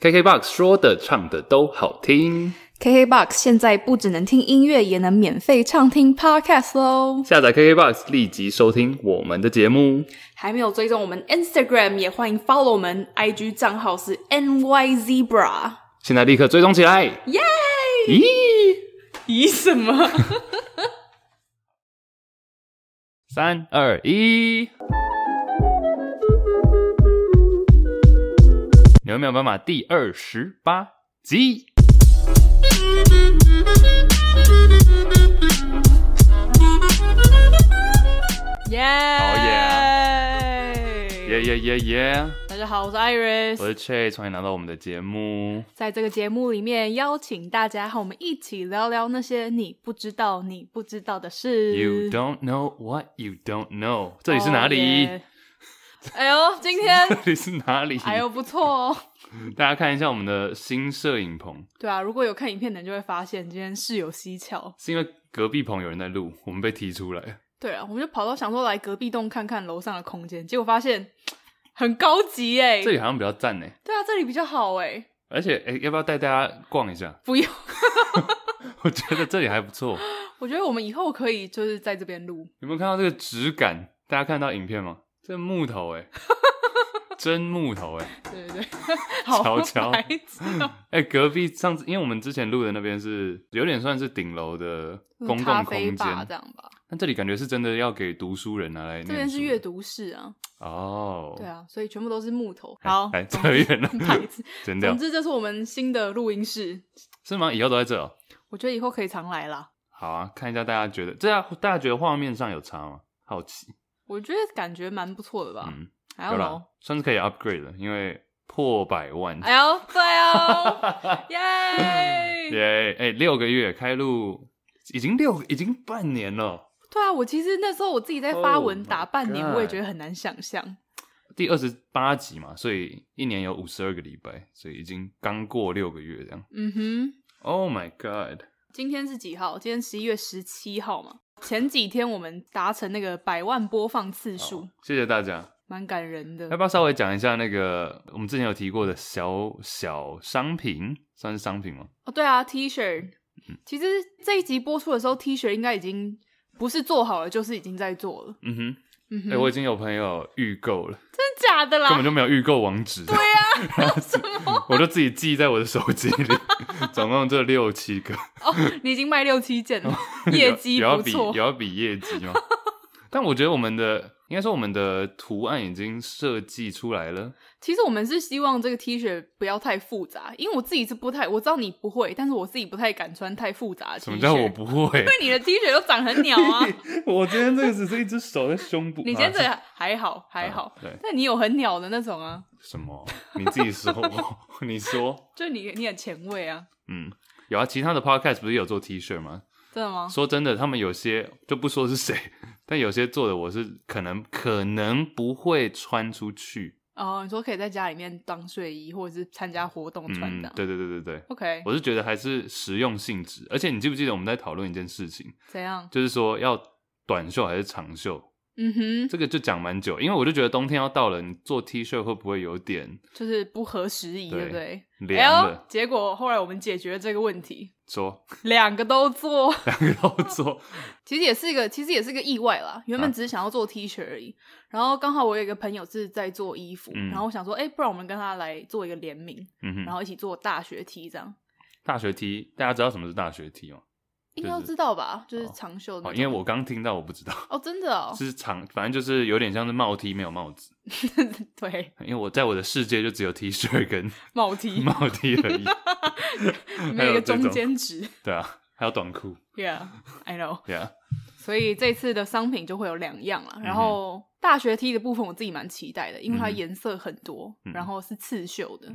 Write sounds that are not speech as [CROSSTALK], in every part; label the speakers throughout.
Speaker 1: KKBOX 说的唱的都好听，
Speaker 2: KKBOX 现在不只能听音乐，也能免费畅听 Podcast 喽。
Speaker 1: 下载 KKBOX 立即收听我们的节目。
Speaker 2: 还没有追踪我们 Instagram，也欢迎 follow 我们 IG 账号是 NYZebra。
Speaker 1: 现在立刻追踪起来！
Speaker 2: 耶！
Speaker 1: 咦，
Speaker 2: 咦什 [LAUGHS] 么？
Speaker 1: 三二一，牛没有办法第二十八集。
Speaker 2: 耶！
Speaker 1: Oh, 耶耶耶耶！
Speaker 2: 大家好，我是
Speaker 1: 我
Speaker 2: Iris。
Speaker 1: 是 Chase，欢迎来到我们的节目。
Speaker 2: 在这个节目里面，邀请大家和我们一起聊聊那些你不知道、你不知道的事。
Speaker 1: You don't know what you don't know。这里是哪里
Speaker 2: 哦耶哎呦，今天
Speaker 1: [LAUGHS] 这里是哪里？
Speaker 2: 哎呦不错哦。
Speaker 1: 大家看一下我们的新摄影棚，
Speaker 2: 对啊，如果有看影片的人就会发现，今天是有蹊跷。
Speaker 1: 是因为隔壁棚有人在录，我们被踢出来。
Speaker 2: 对啊，我们就跑到想说来隔壁栋看看楼上的空间，结果发现很高级哎、
Speaker 1: 这里好像比较赞呢，
Speaker 2: 对啊，这里比较好哎、
Speaker 1: 而且哎、要不要带大家逛一下？ [LAUGHS]
Speaker 2: 不用，
Speaker 1: 我觉得这里还不错。
Speaker 2: 我觉得我们以后可以就是在这边录。
Speaker 1: 有没有看到这个质感？大家看到影片吗？这木头
Speaker 2: [LAUGHS]
Speaker 1: 哎、真木头哎、
Speaker 2: 对对对，好
Speaker 1: 瞧瞧
Speaker 2: 白痴哦
Speaker 1: 哎、隔壁上次因为我们之前录的那边是有点算是顶楼的 [LAUGHS] 公
Speaker 2: 咖
Speaker 1: 共
Speaker 2: 啡
Speaker 1: 空
Speaker 2: 吧
Speaker 1: 间
Speaker 2: 这，样吧，
Speaker 1: 但这里感觉是真的要给读书人拿来念书。
Speaker 2: 这边是阅读室啊，
Speaker 1: 哦，
Speaker 2: 对啊，所以全部都是木头。
Speaker 1: 哎
Speaker 2: 好，
Speaker 1: 哎，
Speaker 2: 总
Speaker 1: 扯远了，
Speaker 2: 白痴。
Speaker 1: 剪掉
Speaker 2: 总之，这是我们新的录音室，
Speaker 1: 哦是吗？以后都在这哦。
Speaker 2: 我觉得以后可以常来啦。
Speaker 1: 好啊，看一下大家觉得这样，大家觉得画面上有差吗？好奇，
Speaker 2: 我觉得感觉蛮不错的吧，
Speaker 1: 嗯，
Speaker 2: 还
Speaker 1: 有
Speaker 2: 有
Speaker 1: 啦，算是可以 upgrade 了，因为破百万，
Speaker 2: [LAUGHS] 哎呦，对 [LAUGHS] 哦，耶！
Speaker 1: 耶！哎，六个月开录，已经六，已经半年了。
Speaker 2: 对啊，我其实那时候我自己在发
Speaker 1: Oh
Speaker 2: 文
Speaker 1: my
Speaker 2: 打半年，
Speaker 1: God
Speaker 2: 我也觉得很难想象。
Speaker 1: 第二十八集嘛，所以一年有五十二个礼拜，所以已经刚过六个月这样。
Speaker 2: 嗯哼，
Speaker 1: Oh my god！
Speaker 2: 今天是几号？今天十一月十七号嘛。前几天我们达成那个百万播放次数
Speaker 1: 好，谢谢大家。
Speaker 2: 蛮感人的
Speaker 1: 要。不要稍微讲一下那个我们之前有提过的小小商品，算是商品吗？
Speaker 2: 哦，对啊，T 恤，其实这一集播出的时候，T 恤应该已经不是做好了，就是已经在做了。
Speaker 1: 嗯哼，
Speaker 2: 嗯哼，
Speaker 1: 哎、我已经有朋友预购了。
Speaker 2: 真假的啦？
Speaker 1: 根本就没有预购网址。对呀、 [LAUGHS]
Speaker 2: [LAUGHS]
Speaker 1: 啊，我就自己记在我的手机里， [LAUGHS] 总共就六七个，
Speaker 2: 哦，你已经卖六七 [LAUGHS] 件了，业绩
Speaker 1: 有有要
Speaker 2: 不
Speaker 1: 比
Speaker 2: 错
Speaker 1: 有。要比业绩
Speaker 2: [LAUGHS]
Speaker 1: 吗？但我觉得我们的应该说我们的图案已经设计出来了，
Speaker 2: 其实我们是希望这个 T 恤不要太复杂，因为我自己是不太，我知道你不会，但是我自己不太敢穿太复杂的 T 恤。
Speaker 1: 什么叫我？不会
Speaker 2: 因？为你的 T 恤都长很鸟啊，
Speaker 1: [LAUGHS] 我今天这个只是一只手在胸部，
Speaker 2: 你今天这还好还好
Speaker 1: 啊，对
Speaker 2: 但你有很鸟的那种啊，
Speaker 1: 什么？你自己说，
Speaker 2: [LAUGHS]
Speaker 1: 你说，
Speaker 2: 就你你很前卫啊，
Speaker 1: 嗯。有啊，其他的 podcast 不是有做 T 恤吗？
Speaker 2: 真的吗？
Speaker 1: 说真的，他们有些就不说是谁， [LAUGHS] 但有些做的我是可能可能不会穿出去，
Speaker 2: 哦，你说可以在家里面当睡衣，或者是参加活动穿的啊。
Speaker 1: 嗯对对对对对，
Speaker 2: OK，
Speaker 1: 我是觉得还是实用性质。而且你记不记得我们在讨论一件事情，
Speaker 2: 怎样？
Speaker 1: 就是说要短袖还是长袖，
Speaker 2: 嗯哼，
Speaker 1: 这个就讲蛮久，因为我就觉得冬天要到了，你做 T 恤会不会有点
Speaker 2: 就是不合时宜，
Speaker 1: 对
Speaker 2: 对不对？
Speaker 1: 凉
Speaker 2: 哎呦
Speaker 1: 了？
Speaker 2: 结果后来我们解决了这个问题，
Speaker 1: 说 [LAUGHS]
Speaker 2: 两个都做。
Speaker 1: 两个都
Speaker 2: [LAUGHS]
Speaker 1: 做，
Speaker 2: 其实也是一个，其实也是一个意外啦。原本
Speaker 1: 啊
Speaker 2: 只是想要做 T 恤而已，然后刚好我有一个朋友是在做衣服，
Speaker 1: 嗯
Speaker 2: 然后我想说，哎、不然我们跟他来做一个联名，
Speaker 1: 嗯
Speaker 2: 然
Speaker 1: 哼。
Speaker 2: 后一起做大学 T 这样，
Speaker 1: 大学 T，大家知道什么是大学 T 吗？
Speaker 2: 应该都知道吧？就是长袖的那
Speaker 1: 哦，
Speaker 2: 种、
Speaker 1: 因为我刚听到，我不知道，
Speaker 2: 哦，真的哦，
Speaker 1: 是长，反正就是有点像是帽 T 没有帽子，
Speaker 2: [LAUGHS] 对，
Speaker 1: 因为我在我的世界就只有 T 恤
Speaker 2: [LAUGHS]
Speaker 1: 跟
Speaker 2: 帽
Speaker 1: [LAUGHS]
Speaker 2: T
Speaker 1: 帽 T 而已，
Speaker 2: [LAUGHS] 没有一
Speaker 1: 还有
Speaker 2: 个
Speaker 1: 这种
Speaker 2: 中间值。
Speaker 1: 对啊，还有短裤，
Speaker 2: [LAUGHS] Yeah，I know。
Speaker 1: 对啊，
Speaker 2: 所以这次的商品就会有两样了。然后大学 T 的部分我自己蛮期待的，因为它
Speaker 1: 嗯嗯哼
Speaker 2: 颜色很多，
Speaker 1: 嗯
Speaker 2: 然后是刺绣的，
Speaker 1: 嗯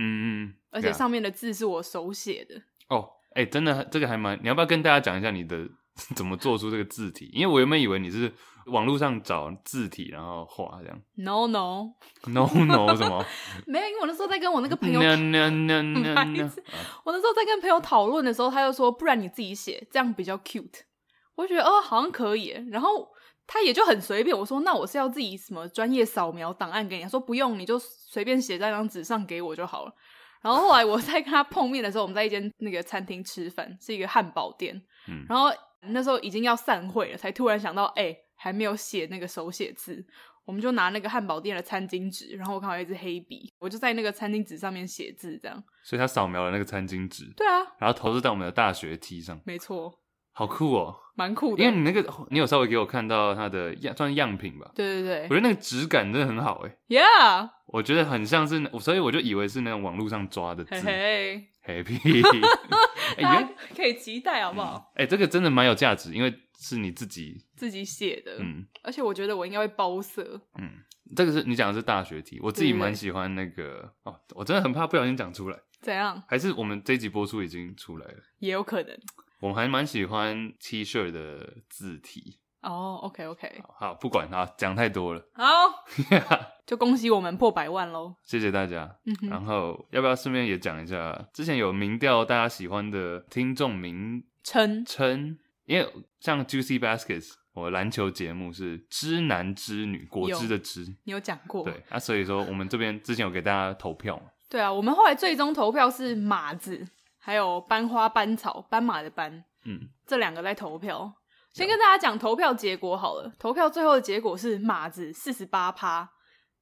Speaker 1: 嗯，
Speaker 2: 而
Speaker 1: 对
Speaker 2: 且
Speaker 1: 啊
Speaker 2: 上面的字是我手写的。
Speaker 1: 哦，哎、真的，这个还蛮……你要不要跟大家讲一下你的 [LAUGHS] 怎么做出这个字体？因为我原本以为你是网络上找字体然后画这样
Speaker 2: No no，
Speaker 1: ，no [LAUGHS] no 什
Speaker 2: [LAUGHS]
Speaker 1: 么
Speaker 2: 没有，因为我那时候在跟我那个朋友，
Speaker 1: ，no no no no
Speaker 2: 白
Speaker 1: no，啊
Speaker 2: 痴我那时候在跟朋友讨论的时候，他就说，不然你自己写，这样比较 cute。我就觉得哦，好像可以耶。然后他也就很随便，我说那我是要自己什么专业扫描档案给你，他说不用，你就随便写在张纸上给我就好了。然后后来我在跟他碰面的时候，我们在一间那个餐厅吃饭，是一个汉堡店。
Speaker 1: 嗯
Speaker 2: 然后那时候已经要散会了，才突然想到，哎、还没有写那个手写字，我们就拿那个汉堡店的餐巾纸，然后我刚好有一支黑笔，我就在那个餐巾纸上面写字，这样。
Speaker 1: 所以他扫描了那个餐巾纸，
Speaker 2: 对啊，
Speaker 1: 然后投掷在我们的大学梯上，
Speaker 2: 没错，
Speaker 1: 好酷哦！
Speaker 2: 蛮酷的。
Speaker 1: 因为你那个，你有稍微给我看到它的样，算是样品吧？
Speaker 2: 对对
Speaker 1: 我觉得那个质感真的很好哎，
Speaker 2: 对，Yeah，
Speaker 1: 我觉得很像是那，所以我就以为是那种网络上抓的字哎
Speaker 2: 嘿嘿，
Speaker 1: ，happy。哎
Speaker 2: 大
Speaker 1: 原
Speaker 2: 家可以期待好不好？
Speaker 1: 哎、这个真的蛮有价值，因为是你自己，
Speaker 2: 自己写的，
Speaker 1: 嗯
Speaker 2: 而且我觉得我应该会包色。
Speaker 1: 嗯，这个是你讲的是大学题，我自己
Speaker 2: 对对对
Speaker 1: 蛮喜欢那个哦，我真的很怕不小心讲出来，
Speaker 2: 怎样
Speaker 1: 还是我们这一集播出已经出来了，
Speaker 2: 也有可能
Speaker 1: 我们还蛮喜欢 T 恤的字体，
Speaker 2: 哦。OK OK，
Speaker 1: 好好不管它，讲太多了，
Speaker 2: 好， [LAUGHS] 就恭喜我们破百万喽！
Speaker 1: 谢谢大家。
Speaker 2: 嗯哼，
Speaker 1: 然后要不要顺便也讲一下，之前有民调大家喜欢的听众名
Speaker 2: 称
Speaker 1: 称，因为像 Juicy Baskets，我篮球节目是知男知女，果
Speaker 2: 有
Speaker 1: 汁的汁。
Speaker 2: 你有讲过，
Speaker 1: 对，啊，所以说我们这边之前有给大家投票嘛，
Speaker 2: 对啊，我们后来最终投票是马子，还有班花班草斑马的斑
Speaker 1: 嗯，
Speaker 2: 这两个在投票。先跟大家讲投票结果好了，投票最后的结果是马子四十八趴，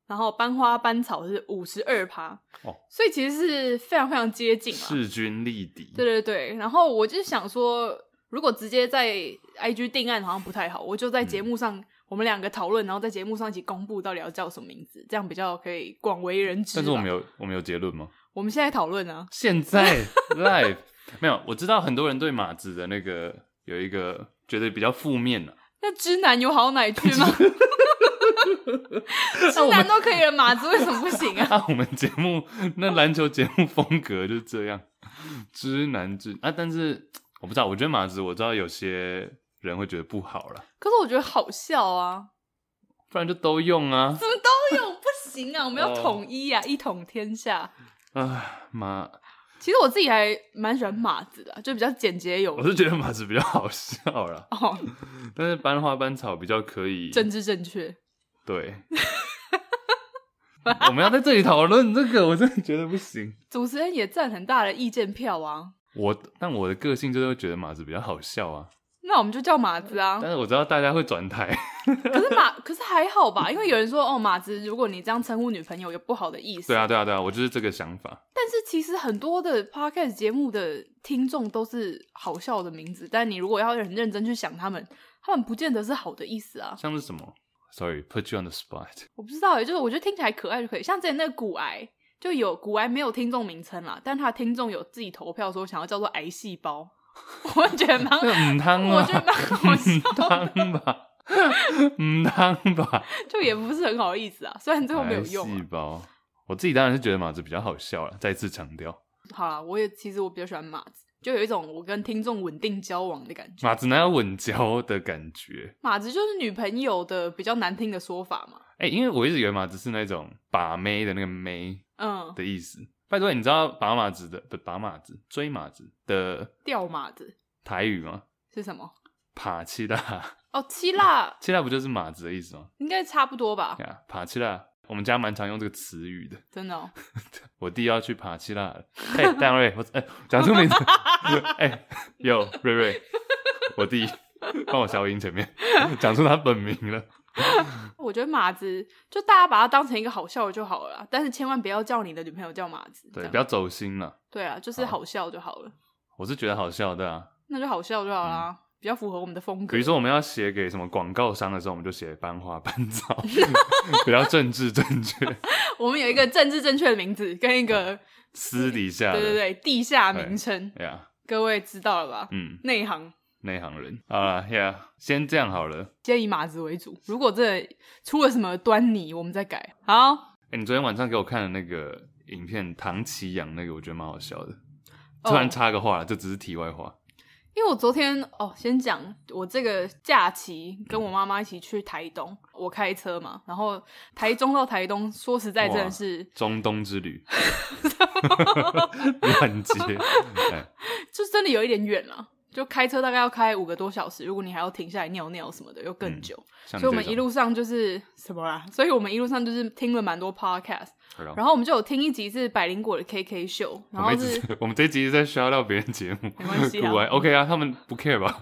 Speaker 2: 然后班花班草是五十二趴，
Speaker 1: 哦
Speaker 2: 所以其实是非常非常接近啊。
Speaker 1: 势均力敌，
Speaker 2: 对对对，然后我就想说，如果直接在 IG 定案好像不太好，我就在
Speaker 1: 嗯
Speaker 2: 节目上、我们两个讨论，然后在节目上一起公布到底要叫什么名字，这样比较可以广为人知吧。
Speaker 1: 但是我们有我们有结论吗？
Speaker 2: 我们现在讨论啊，
Speaker 1: 现
Speaker 2: [LAUGHS]
Speaker 1: 在 live 没有，我知道很多人对马子的那个有一个觉得比较负面的、 [LAUGHS]
Speaker 2: 那直男有好哪 [LAUGHS] 去吗？直
Speaker 1: 我
Speaker 2: 男
Speaker 1: 们
Speaker 2: 都可以了，马子为什么不行啊？
Speaker 1: 啊，我们节目那篮球节目风格就是这样，知男知啊，但是我不知道，我觉得马子我知道有些人会觉得不好了，
Speaker 2: [LAUGHS] 可是我觉得好笑啊，
Speaker 1: 不然就都用啊，
Speaker 2: 怎么都有不行啊？我们要
Speaker 1: 哦
Speaker 2: 统一啊，一统天下。
Speaker 1: 啊马，
Speaker 2: 其实我自己还蛮喜欢马子的啊，就比较简洁有
Speaker 1: 我
Speaker 2: 力
Speaker 1: 是觉得马子比较好笑啦，
Speaker 2: 哦，
Speaker 1: 但是班花班草比较可以
Speaker 2: 政治正确。
Speaker 1: 对，
Speaker 2: [LAUGHS]
Speaker 1: 我们要在这里讨论这个，我真的觉得不行。
Speaker 2: 主持人也占很大的意见票啊。
Speaker 1: 我但我的个性就是会觉得马子比较好笑啊，
Speaker 2: 那我们就叫马子 [LAUGHS] 啊，
Speaker 1: 但是我知道大家会转台，
Speaker 2: 可是马，可是还好吧，因为有人说哦，马子，如果你这样称呼女朋友有不好的意思。
Speaker 1: 对啊，。对啊，对啊，我就是这个想法。
Speaker 2: 但是其实很多的 podcast 节目的听众都是好笑的名字，但你如果要很认真去想他们，他们不见得是好的意思啊。
Speaker 1: 像是什么？Sorry，put you on the spot。
Speaker 2: [LAUGHS] 我不知道耶，欸就是我觉得听起来可爱就可以。像之前那个骨癌就有骨癌没有听众名称啦，但他的听众有自己投票说想要叫做癌细胞， [LAUGHS] 我觉
Speaker 1: [LAUGHS]
Speaker 2: 得蛮，
Speaker 1: 这母嗯汤
Speaker 2: 我
Speaker 1: 吧
Speaker 2: 觉，得蛮好笑
Speaker 1: 母汤吧，母汤吧，
Speaker 2: 就也不是很好意思啊，虽然最后没有用、
Speaker 1: 癌细
Speaker 2: 啊。
Speaker 1: 胞。我自己当然是觉得马子比较好笑了，再次强调，
Speaker 2: 好啦，我也其实我比较喜欢马子，就有一种我跟听众稳定交往的感觉。
Speaker 1: 马子哪有稳交的感觉？
Speaker 2: 马子就是女朋友的比较难听的说法嘛。
Speaker 1: 哎、因为我一直以为马子是那种把妹的那个妹
Speaker 2: 嗯，
Speaker 1: 的意思。拜托，你知道把马子的不把马子追马子的
Speaker 2: 掉马子
Speaker 1: 台语吗？
Speaker 2: 是什么？
Speaker 1: 爬七啦， [LAUGHS]
Speaker 2: 哦，七辣
Speaker 1: 七啦不就是马子的意思吗？
Speaker 2: 应该差不多
Speaker 1: [LAUGHS]
Speaker 2: 吧？
Speaker 1: 呀，爬七啦，我们家蛮常用这个词语的。
Speaker 2: 真的、哦，
Speaker 1: 我弟要去爬七啦了， [LAUGHS] 嘿，戴瑞，我哎，讲、出名字， [LAUGHS] 哎、有瑞瑞，我弟帮我消音前面， [LAUGHS] 讲出他本名了。
Speaker 2: 我觉得马子就大家把它当成一个好笑的就好了啦，但是千万不要叫你的女朋友叫马子。这
Speaker 1: 对，
Speaker 2: 样
Speaker 1: 不要走心了。
Speaker 2: 对啊，就是好笑就好了，
Speaker 1: 我是觉得好笑的啊，
Speaker 2: 那就好笑就好啦，比较符合我们的风格。
Speaker 1: 嗯比如说我们要写给什么广告商的时候，我们就写班花班草， [LAUGHS] 比较政治正确。
Speaker 2: 我们有一个政治正确的名字跟一个
Speaker 1: 私底下的，
Speaker 2: 对对对地下名称，
Speaker 1: 嗯对呀，
Speaker 2: 各位知道了吧？
Speaker 1: 嗯，
Speaker 2: 内行。
Speaker 1: 内行人好了呀，先这样好了。
Speaker 2: 先以马子为主。如果这出了什么端倪，我们再改。好，
Speaker 1: 哎、你昨天晚上给我看的那个影片《唐奇阳》那个，我觉得蛮好笑的。
Speaker 2: 哦
Speaker 1: 突然插个话了，这只是题外话。
Speaker 2: 因为我昨天哦，先讲我这个假期跟我妈妈一起去台东，我开车嘛，然后台中到台东，说实在真的是，
Speaker 1: 中东之
Speaker 2: [LAUGHS]
Speaker 1: 旅，乱接。哎
Speaker 2: 就真的有一点远了。就开车大概要开五个多小时，如果你还要停下来尿尿什么的，又更久。
Speaker 1: 嗯像你
Speaker 2: 所
Speaker 1: 这
Speaker 2: 以我们一
Speaker 1: 种，
Speaker 2: 路上就是什么啦？所以我们一路上就是听了蛮多 podcast，
Speaker 1: 然后
Speaker 2: 然后我们就有听一集是百灵果的 KK 秀，然
Speaker 1: 我
Speaker 2: 后
Speaker 1: 们一直
Speaker 2: 是
Speaker 1: 在我们这一集是在刷到别人节目，
Speaker 2: [LAUGHS] 没关系
Speaker 1: [LAUGHS]
Speaker 2: 啊
Speaker 1: 古玩 OK 啊，他们不 care
Speaker 2: [LAUGHS]
Speaker 1: 吧？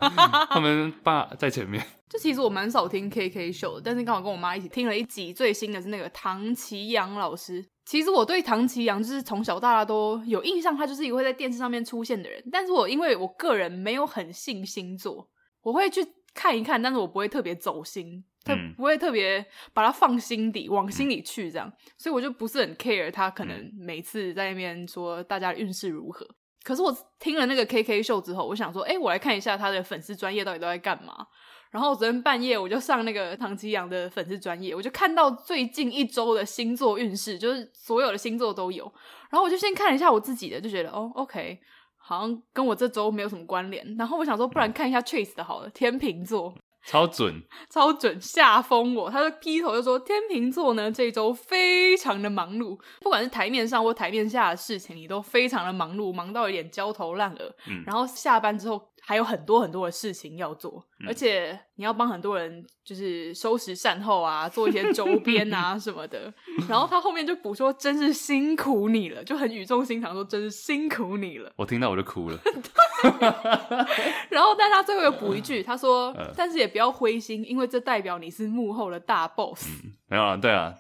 Speaker 1: 他们爸在前面，
Speaker 2: 就其实我蛮少听 KK 秀的，但是刚好跟我妈一起听了一集，最新的是那个唐奇阳老师。其实我对唐奇阳就是从小到大都有印象，他就是一个会在电视上面出现的人。但是我因为我个人没有很信星座，我会去看一看，但是我不会特别走心，特
Speaker 1: 嗯
Speaker 2: 不会特别把它放心底，往心里去这样，所以我就不是很 care 他可能每次在那边说大家的运势如何。可是我听了那个 KK 秀之后，我想说，哎、我来看一下他的粉丝专业到底都在干嘛。然后昨天半夜我就上那个唐奇阳的粉丝专业，我就看到最近一周的星座运势，就是所有的星座都有。然后我就先看了一下我自己的，就觉得哦，OK，好像跟我这周没有什么关联。然后我想说，不然看一下 Chase 的好了，天秤座
Speaker 1: 超准，
Speaker 2: 超准，吓疯我。他的劈头就说，天秤座呢这一周非常的忙碌，不管是台面上或台面下的事情，你都非常的忙碌，忙到有点焦头烂额。
Speaker 1: 嗯
Speaker 2: 然后下班之后还有很多很多的事情要做，
Speaker 1: 嗯
Speaker 2: 而且你要帮很多人就是收拾善后啊，做一些周边啊什么的。然后他后面就补说：“真是辛苦你了”，就很语重心长说：“真是辛苦你了。
Speaker 1: 我听到我就哭了。” [LAUGHS]
Speaker 2: 然后但他最后又补一句，他说
Speaker 1: 呃：“
Speaker 2: 但是也不要灰心，因为这代表你是幕后的大 boss。”
Speaker 1: 没有啊，对啊，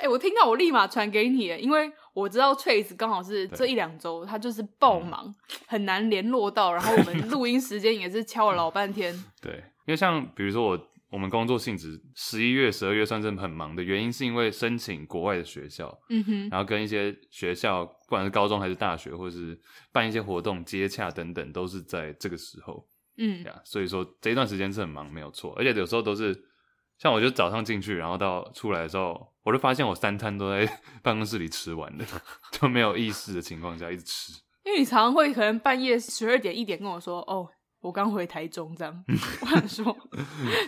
Speaker 2: 哎、我听到我立马传给你耶，因为我知道 Trace 刚好是这一两周他就是爆忙，很难联络到，然后我们录音时间也是敲了老半天。
Speaker 1: 对，因为像比如说我我们工作性质，十一月、十二月算是很忙的，原因是因为申请国外的学校，
Speaker 2: 嗯哼，
Speaker 1: 然后跟一些学校，不管是高中还是大学，或是办一些活动、接洽等等，都是在这个时候
Speaker 2: 嗯，
Speaker 1: 呀。所以说这一段时间是很忙，没有错。而且有时候都是像我，就早上进去，然后到出来的时候，我就发现我三餐都在 [LAUGHS] 办公室里吃完的， [LAUGHS] 就没有意识的情况下一直吃。
Speaker 2: 因为你常常会可能半夜十二点一点跟我说，哦，我刚回台中这样，我想说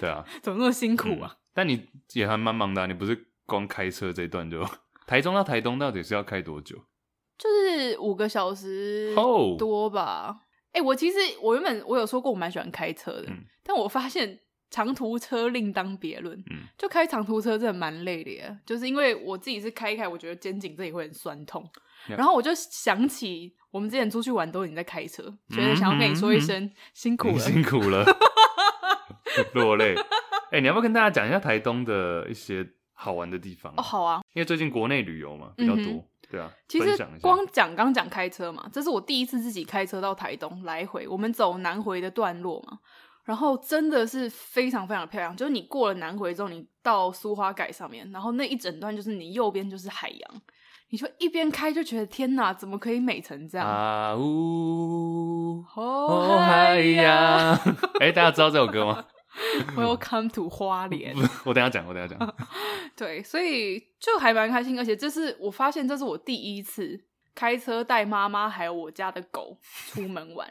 Speaker 1: 对啊，
Speaker 2: 怎么那么辛苦啊？
Speaker 1: 嗯但你也还蛮忙的、啊，你不是光开车这一段就 [LAUGHS] 台中到台东到底是要开多久？
Speaker 2: 就是五个小时
Speaker 1: 哦
Speaker 2: 多吧。哎、我其实我原本我有说过我蛮喜欢开车的，
Speaker 1: 嗯
Speaker 2: 但我发现长途车另当别论。
Speaker 1: 嗯
Speaker 2: 就开长途车真的蛮累的耶，就是因为我自己是开一开，我觉得肩颈这里会很酸痛。
Speaker 1: Yeah
Speaker 2: 然后我就想起我们之前出去玩都已经在开车，所
Speaker 1: 嗯
Speaker 2: 以想要跟你说一声、辛苦
Speaker 1: 你
Speaker 2: 了。
Speaker 1: 辛苦
Speaker 2: [LAUGHS]
Speaker 1: 了，落泪。哎、你要不要跟大家讲一下台东的一些好玩的地方啊？
Speaker 2: 哦，好啊，
Speaker 1: 因为最近国内旅游嘛比较多，
Speaker 2: 嗯
Speaker 1: 对啊，
Speaker 2: 其
Speaker 1: 分
Speaker 2: 实
Speaker 1: 享一下
Speaker 2: 光讲刚讲开车嘛，这是我第一次自己开车到台东来回，我们走南回的段落嘛，然后真的是非常非常漂亮。就是你过了南回之后，你到苏花改上面，然后那一整段就是你右边就是海洋，你就一边开就觉得天哪，怎么可以美成这样？
Speaker 1: 啊呜
Speaker 2: 哦
Speaker 1: 哦嗨
Speaker 2: 嗨呀
Speaker 1: 呀！ [LAUGHS] 哎、大家知道这首歌
Speaker 2: [LAUGHS]
Speaker 1: 吗？
Speaker 2: ，Welcome to 花莲。
Speaker 1: [LAUGHS] 我等一下讲，我等一下讲。
Speaker 2: 对，所以就还蛮开心，而且这是我发现这是我第一次开车带妈妈还有我家的狗出门
Speaker 1: [LAUGHS]
Speaker 2: 玩。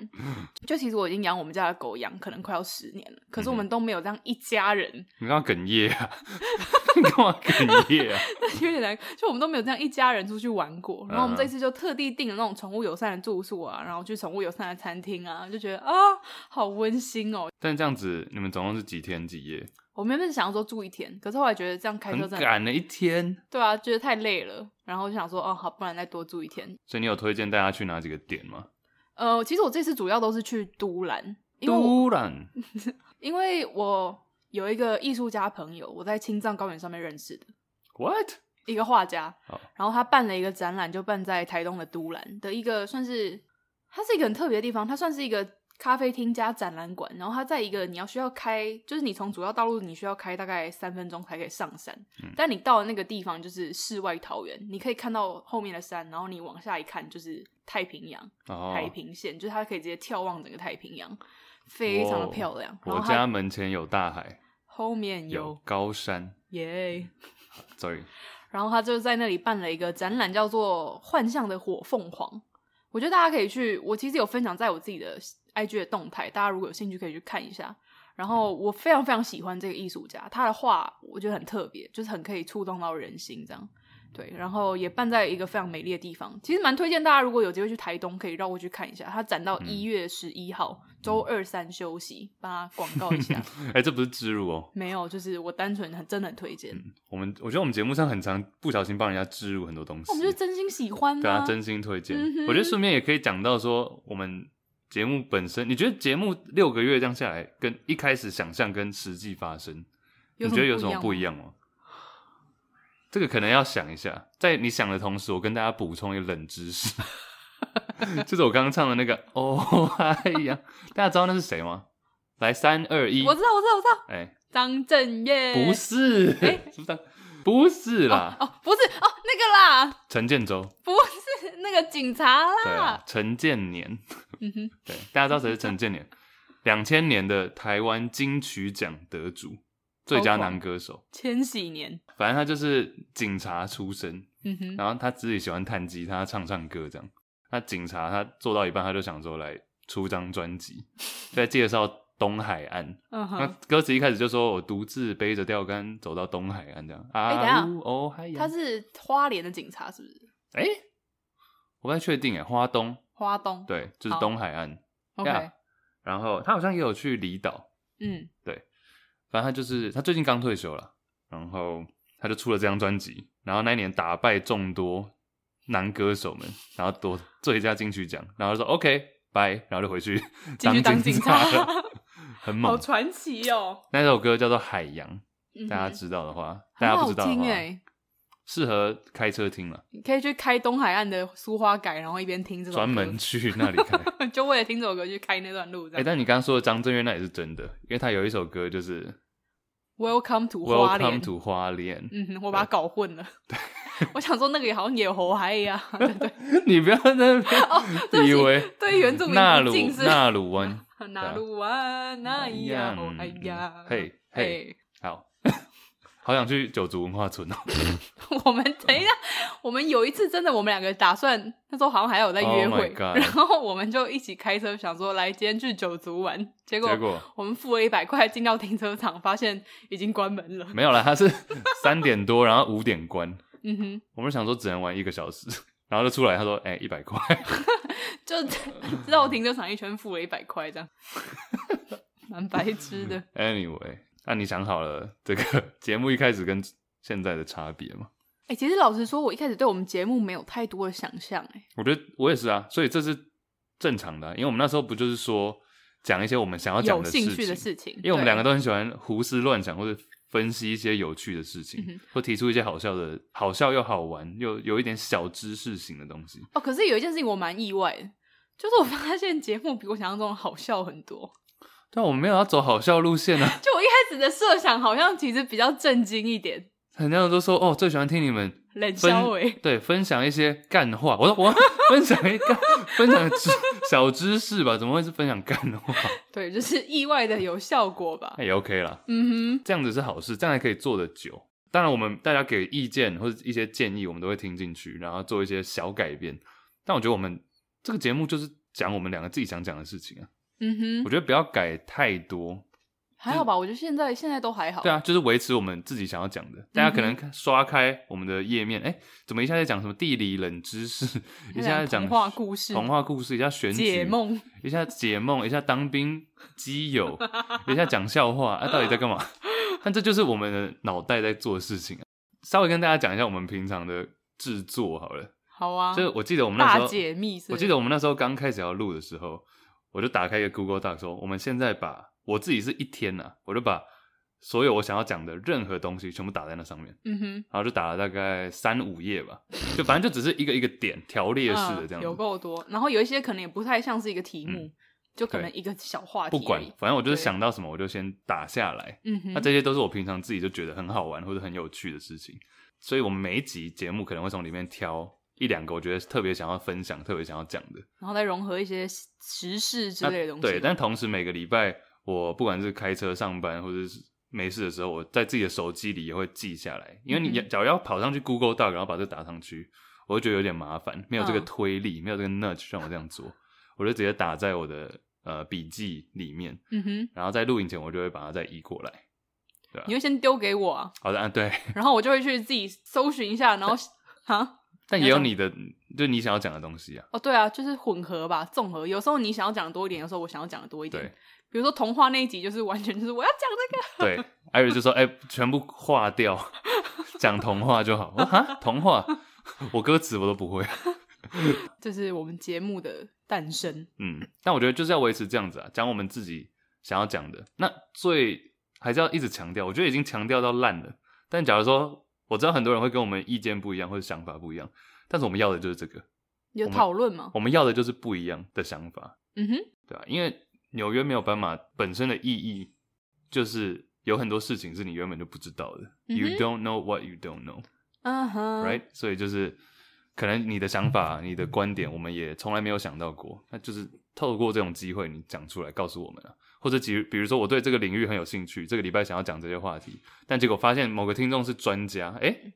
Speaker 2: 就其实我已经养我们家的狗养可能快要十年了，可是
Speaker 1: 嗯
Speaker 2: 我们都没有这样一家人， [LAUGHS]
Speaker 1: 你干嘛哽咽啊？ [LAUGHS] 你干嘛哽咽啊？
Speaker 2: 有点难，就我们都没有这样一家人出去玩过。然后我
Speaker 1: 嗯
Speaker 2: 们这次就特地订了那种宠物友善的住宿啊，然后去宠物友善的餐厅啊，就觉得啊，好温馨哦。
Speaker 1: 但这样子，你们总共是几天几夜？
Speaker 2: 我们原本是想要说住一天，可是后来觉得这样开车
Speaker 1: 很
Speaker 2: 真的，
Speaker 1: 赶的一天。
Speaker 2: 对啊，觉得太累了，然后就想说，哦，好，不然再多住一天。
Speaker 1: 所以你有推荐大家去哪几个点吗？
Speaker 2: 呃，其实我这次主要都是去都兰，因为我
Speaker 1: 突然，
Speaker 2: 因为我有一个艺术家朋友，我在青藏高原上面认识的
Speaker 1: What？
Speaker 2: 一个画家
Speaker 1: 哦，
Speaker 2: 然后他办了一个展览，就办在台东的都兰的一个算是，它是一个很特别的地方，它算是一个咖啡厅加展览馆，然后它在一个你要需要开，就是你从主要道路你需要开大概三分钟才可以上山，
Speaker 1: 嗯
Speaker 2: 但你到了那个地方就是世外桃源，你可以看到后面的山，然后你往下一看就是太平洋。
Speaker 1: 哦，
Speaker 2: 太平线，就是它可以直接眺望整个太平洋，非常的漂亮。然
Speaker 1: 哦我
Speaker 2: 后
Speaker 1: 家
Speaker 2: 它
Speaker 1: 门前有大海，
Speaker 2: 后面
Speaker 1: 有
Speaker 2: 有
Speaker 1: 高山。
Speaker 2: 耶
Speaker 1: Sorry， [LAUGHS]
Speaker 2: 然后他就在那里办了一个展览，叫做《幻象的火凤凰》。我觉得大家可以去，我其实有分享在我自己的 IG 的动态，大家如果有兴趣可以去看一下。然后我非常非常喜欢这个艺术家，他的画我觉得很特别，就是很可以触动到人心这样。对，然后也办在一个非常美丽的地方，其实蛮推荐大家，如果有机会去台东，可以绕过去看一下。它展到
Speaker 1: 嗯
Speaker 2: 一月十一号，周二三休息，帮他广告
Speaker 1: [LAUGHS]
Speaker 2: 一下。
Speaker 1: 哎、这不是植入哦，
Speaker 2: 没有，就是我单纯很真的很推荐，
Speaker 1: 我们我觉得我们节目上很常不小心帮人家植入很多东西，
Speaker 2: 哦我们就是真心喜欢
Speaker 1: 对啊，真心推荐。
Speaker 2: 嗯哼
Speaker 1: 我觉得顺便也可以讲到说，我们节目本身，你觉得节目六个月这样下来，跟一开始想象跟实际发生，
Speaker 2: 有
Speaker 1: 你
Speaker 2: 什么
Speaker 1: 觉得有什么
Speaker 2: 不
Speaker 1: 不
Speaker 2: 一
Speaker 1: 一样吗？这个可能要想一下，在你想的同时，我跟大家补充一个冷知识， [LAUGHS] 就是我刚刚唱的那个哦哎呀，大家知道那是谁吗？来，三二一，
Speaker 2: 我知道，我知道，我知道，
Speaker 1: 哎，
Speaker 2: 张震岳
Speaker 1: 不是，
Speaker 2: 哎
Speaker 1: 是不是？不是啦，
Speaker 2: 哦，不是哦，啊那个啦，
Speaker 1: 陈建州，
Speaker 2: 不是那个警察
Speaker 1: 对啊
Speaker 2: 啦，，
Speaker 1: 陈建年，
Speaker 2: 嗯哼，
Speaker 1: 对，大家知道谁是陈建年？两千年的台湾金曲奖得主，最佳男歌手。
Speaker 2: 千禧年，
Speaker 1: 反正他就是警察出身，
Speaker 2: 嗯哼，
Speaker 1: 然后他自己喜欢弹吉他、唱唱歌这样。那警察他做到一半，他就想说来出张专辑，在介绍东海
Speaker 2: [LAUGHS]
Speaker 1: 岸。
Speaker 2: 嗯
Speaker 1: 那
Speaker 2: 哼，
Speaker 1: 歌词一开始就说我独自背着钓竿走到东海岸这样。
Speaker 2: 哎等一下
Speaker 1: 啊，呜哦嗨呀
Speaker 2: 他是花莲的警察是不是？
Speaker 1: 哎，我不太确定哎，花东
Speaker 2: 花东，
Speaker 1: 对，啊就是
Speaker 2: 好
Speaker 1: 东海岸。
Speaker 2: ，OK，
Speaker 1: 呀然后他好像也有去离岛，
Speaker 2: 嗯，
Speaker 1: 反正他就是他最近刚退休了，然后他就出了这张专辑，然后那一年打败众多男歌手们，然后夺最佳金曲奖，然后就说 OK 拜，然后就回去
Speaker 2: 继续当
Speaker 1: 警
Speaker 2: 警察
Speaker 1: [LAUGHS]
Speaker 2: [LAUGHS]
Speaker 1: 了，很
Speaker 2: 好
Speaker 1: 猛。
Speaker 2: 传奇哦，
Speaker 1: 那首歌叫做《海洋》，
Speaker 2: 嗯哼
Speaker 1: 大家知道的话，
Speaker 2: 很
Speaker 1: 大家不
Speaker 2: 好
Speaker 1: 知道啊的
Speaker 2: 听
Speaker 1: 话，
Speaker 2: 哎，
Speaker 1: 适合开车听了，
Speaker 2: 你可以去开东海岸的苏花改，然后一边听这首歌
Speaker 1: 专门去那里开。
Speaker 2: [LAUGHS] 就为了听这首歌去开那段路，这
Speaker 1: 哎、
Speaker 2: 样。
Speaker 1: 但你刚刚说的张震岳那也是真的，因为他有一首歌就是
Speaker 2: Welcome to 花莲
Speaker 1: Welcome to 花莲，
Speaker 2: 嗯哼，我把它搞混了。 [LAUGHS] 我想说那个也好像也猴嗨
Speaker 1: [LAUGHS]
Speaker 2: 呀，对对，
Speaker 1: 你不要在那
Speaker 2: 嗯 [LAUGHS] 哦对不
Speaker 1: 边
Speaker 2: 起
Speaker 1: 以为
Speaker 2: 对原住民
Speaker 1: 纳
Speaker 2: 不
Speaker 1: 鲁
Speaker 2: 敬是
Speaker 1: 纳鲁
Speaker 2: [LAUGHS]
Speaker 1: 湾，
Speaker 2: 那路啊，那呀，哦哎呀，
Speaker 1: 嗯嘿嘿，，好， [LAUGHS] 好想去九族文化村哦。
Speaker 2: [LAUGHS] 我们等一下，我们有一次真的，我们两个打算那时候好像还有在约
Speaker 1: Oh my
Speaker 2: 会
Speaker 1: God
Speaker 2: 然后我们就一起开车想说来今天去九族玩， [LAUGHS] 结果
Speaker 1: 结果
Speaker 2: 我们付了一百块进到停车场，发现已经关门了。
Speaker 1: 没有啦，它是 [LAUGHS] 三点多，然后五点关。
Speaker 2: 嗯哼，
Speaker 1: 我们想说只能玩一个小时， [LAUGHS] 然后就出来，他说：“哎、一百块。 [LAUGHS]
Speaker 2: 就 [LAUGHS] 绕停车场一圈付了一百块这样， [LAUGHS] 蛮白痴的。”
Speaker 1: Anyway，那、你想好了这个节目一开始跟现在的差别吗？
Speaker 2: 哎、其实老实说，我一开始对我们节目没有太多的想象、哎，
Speaker 1: 我觉得我也是啊，所以这是正常的啊、因为我们那时候不就是说讲一些我们想要哦讲
Speaker 2: 有
Speaker 1: 的事
Speaker 2: 兴趣
Speaker 1: 情
Speaker 2: 的，事情，
Speaker 1: 因为我们两个
Speaker 2: 都
Speaker 1: 都很喜欢胡思乱想，或者分析一些有趣的事情，
Speaker 2: 嗯
Speaker 1: 或提出一些好笑的、好笑又好玩又有一点小知识型的东西。
Speaker 2: 哦。可是有一件事情我蛮意外的，就是我发现节目比我想象中好笑很多。
Speaker 1: 但我们没有要走好笑路线啊，
Speaker 2: 就我一开始的设想，好像其实比较震惊一点，
Speaker 1: 很多人都说哦，最喜欢听你们
Speaker 2: 冷
Speaker 1: 分
Speaker 2: 笑伟。
Speaker 1: 对分享一些干话。我说我分享一个分享知小知识吧，怎么会是分享干话？
Speaker 2: [LAUGHS]
Speaker 1: [LAUGHS]
Speaker 2: 对，就是意外的有效果吧。
Speaker 1: 那也 OK 啦。
Speaker 2: 嗯哼，
Speaker 1: 这样子是好事，这样还可以做得久。当然，我们大家给意见或者一些建议，我们都会听进去，然后做一些小改变。但我觉得我们这个节目就是讲我们两个自己想讲的事情啊，
Speaker 2: 嗯
Speaker 1: 我
Speaker 2: 哼，
Speaker 1: 觉得不要改太多。
Speaker 2: 还好吧？我觉得现在现在都还好。
Speaker 1: 对啊，就是维持我们自己想要讲的。大家可能刷开我们的页面，哎、怎么一下在讲什么地理冷知
Speaker 2: [LAUGHS]
Speaker 1: 识，一下在讲
Speaker 2: 童话故事
Speaker 1: 童话故事，一下选举
Speaker 2: 解，梦，
Speaker 1: 一下解梦，一下当兵基
Speaker 2: [LAUGHS]
Speaker 1: 友，一下讲笑话，啊，到底在干嘛？但这就是我们的脑袋在做的事情、啊。稍微跟大家讲一下我们平常的制作好了，
Speaker 2: 好啊，
Speaker 1: 就是我记得我们那时
Speaker 2: 大
Speaker 1: 候，
Speaker 2: 解密是不是。
Speaker 1: 我记得我们那时候刚开始要录的时候，我就打开一个 Google Doc 说，我们现在把我自己是一天呐、啊，我就把所有我想要讲的任何东西全部打在那上面，
Speaker 2: 嗯哼，
Speaker 1: 然后就打了大概三五页吧，就反正就只是一个一个点条列式的这样
Speaker 2: 嗯
Speaker 1: 子，嗯
Speaker 2: 有够多。然后有一些可能也不太像是一个题目，就可能一个小话
Speaker 1: 不
Speaker 2: 题而已。
Speaker 1: 管，反正我就是
Speaker 2: 对
Speaker 1: 想到什么我就先打下来。
Speaker 2: 嗯哼，
Speaker 1: 那这些都是我平常自己就觉得很好玩或者很有趣的事情，所以我们每一集节目可能会从里面挑一两个我觉得特别想要分享、特别想要讲的
Speaker 2: 然后再融合一些时事之类的
Speaker 1: 那
Speaker 2: 东西。
Speaker 1: 对，但同时每个礼拜我不管是开车上班或者是没事的时候，我在自己的手机里也会记下来，因为你
Speaker 2: 嗯
Speaker 1: 假如要跑上去 Google 到，然后把这打上去，我会觉得有点麻烦，没有这个
Speaker 2: 嗯
Speaker 1: 推力，没有这个 nudge 让我这样做，我就直接打在我的呃笔记里面，
Speaker 2: 嗯哼，
Speaker 1: 然后在录影前我就会把它再移过来。
Speaker 2: 你会先丢给我啊，
Speaker 1: 好的，啊，对，
Speaker 2: 然后我就会去自己搜寻一下，然后啊，
Speaker 1: 但
Speaker 2: 你
Speaker 1: 也
Speaker 2: 要
Speaker 1: 有
Speaker 2: 讲
Speaker 1: 你的，就你想要讲的东西啊。
Speaker 2: 哦，对啊，就是混合吧，综合。有时候你想要讲的多一点，有时候我想要讲的多一点
Speaker 1: 对。
Speaker 2: 比如说童话那一集，就是完全就是我要讲这个，
Speaker 1: 对，艾瑞就说：“哎、全部划掉， [LAUGHS] 讲童话就好。”我哈，童话，我歌词我都不会。
Speaker 2: 这是我们节目的诞生。
Speaker 1: 嗯，但我觉得就是要维持这样子啊，讲我们自己想要讲的。那最还是要一直强调，我觉得已经强调到烂了。但假如说我知道很多人会跟我们意见不一样或者想法不一样，但是我们要的就是这个，
Speaker 2: 有
Speaker 1: 我们
Speaker 2: 讨论吗？
Speaker 1: 我们要的就是不一样的想法，
Speaker 2: 嗯哼，
Speaker 1: 对啊吧、因为纽约没有斑马本身的意义就是有很多事情是你原本就不知道的、
Speaker 2: 嗯哼
Speaker 1: You don't know what you don't know。
Speaker 2: 嗯哼
Speaker 1: right？所以就是可能你的想法、你的观点，我们也从来没有想到过。那就是透过这种机会，你讲出来告诉我们啊，或者比如比如说我对这个领域很有兴趣，这个礼拜想要讲这些话题，但结果发现某个听众是专家，诶，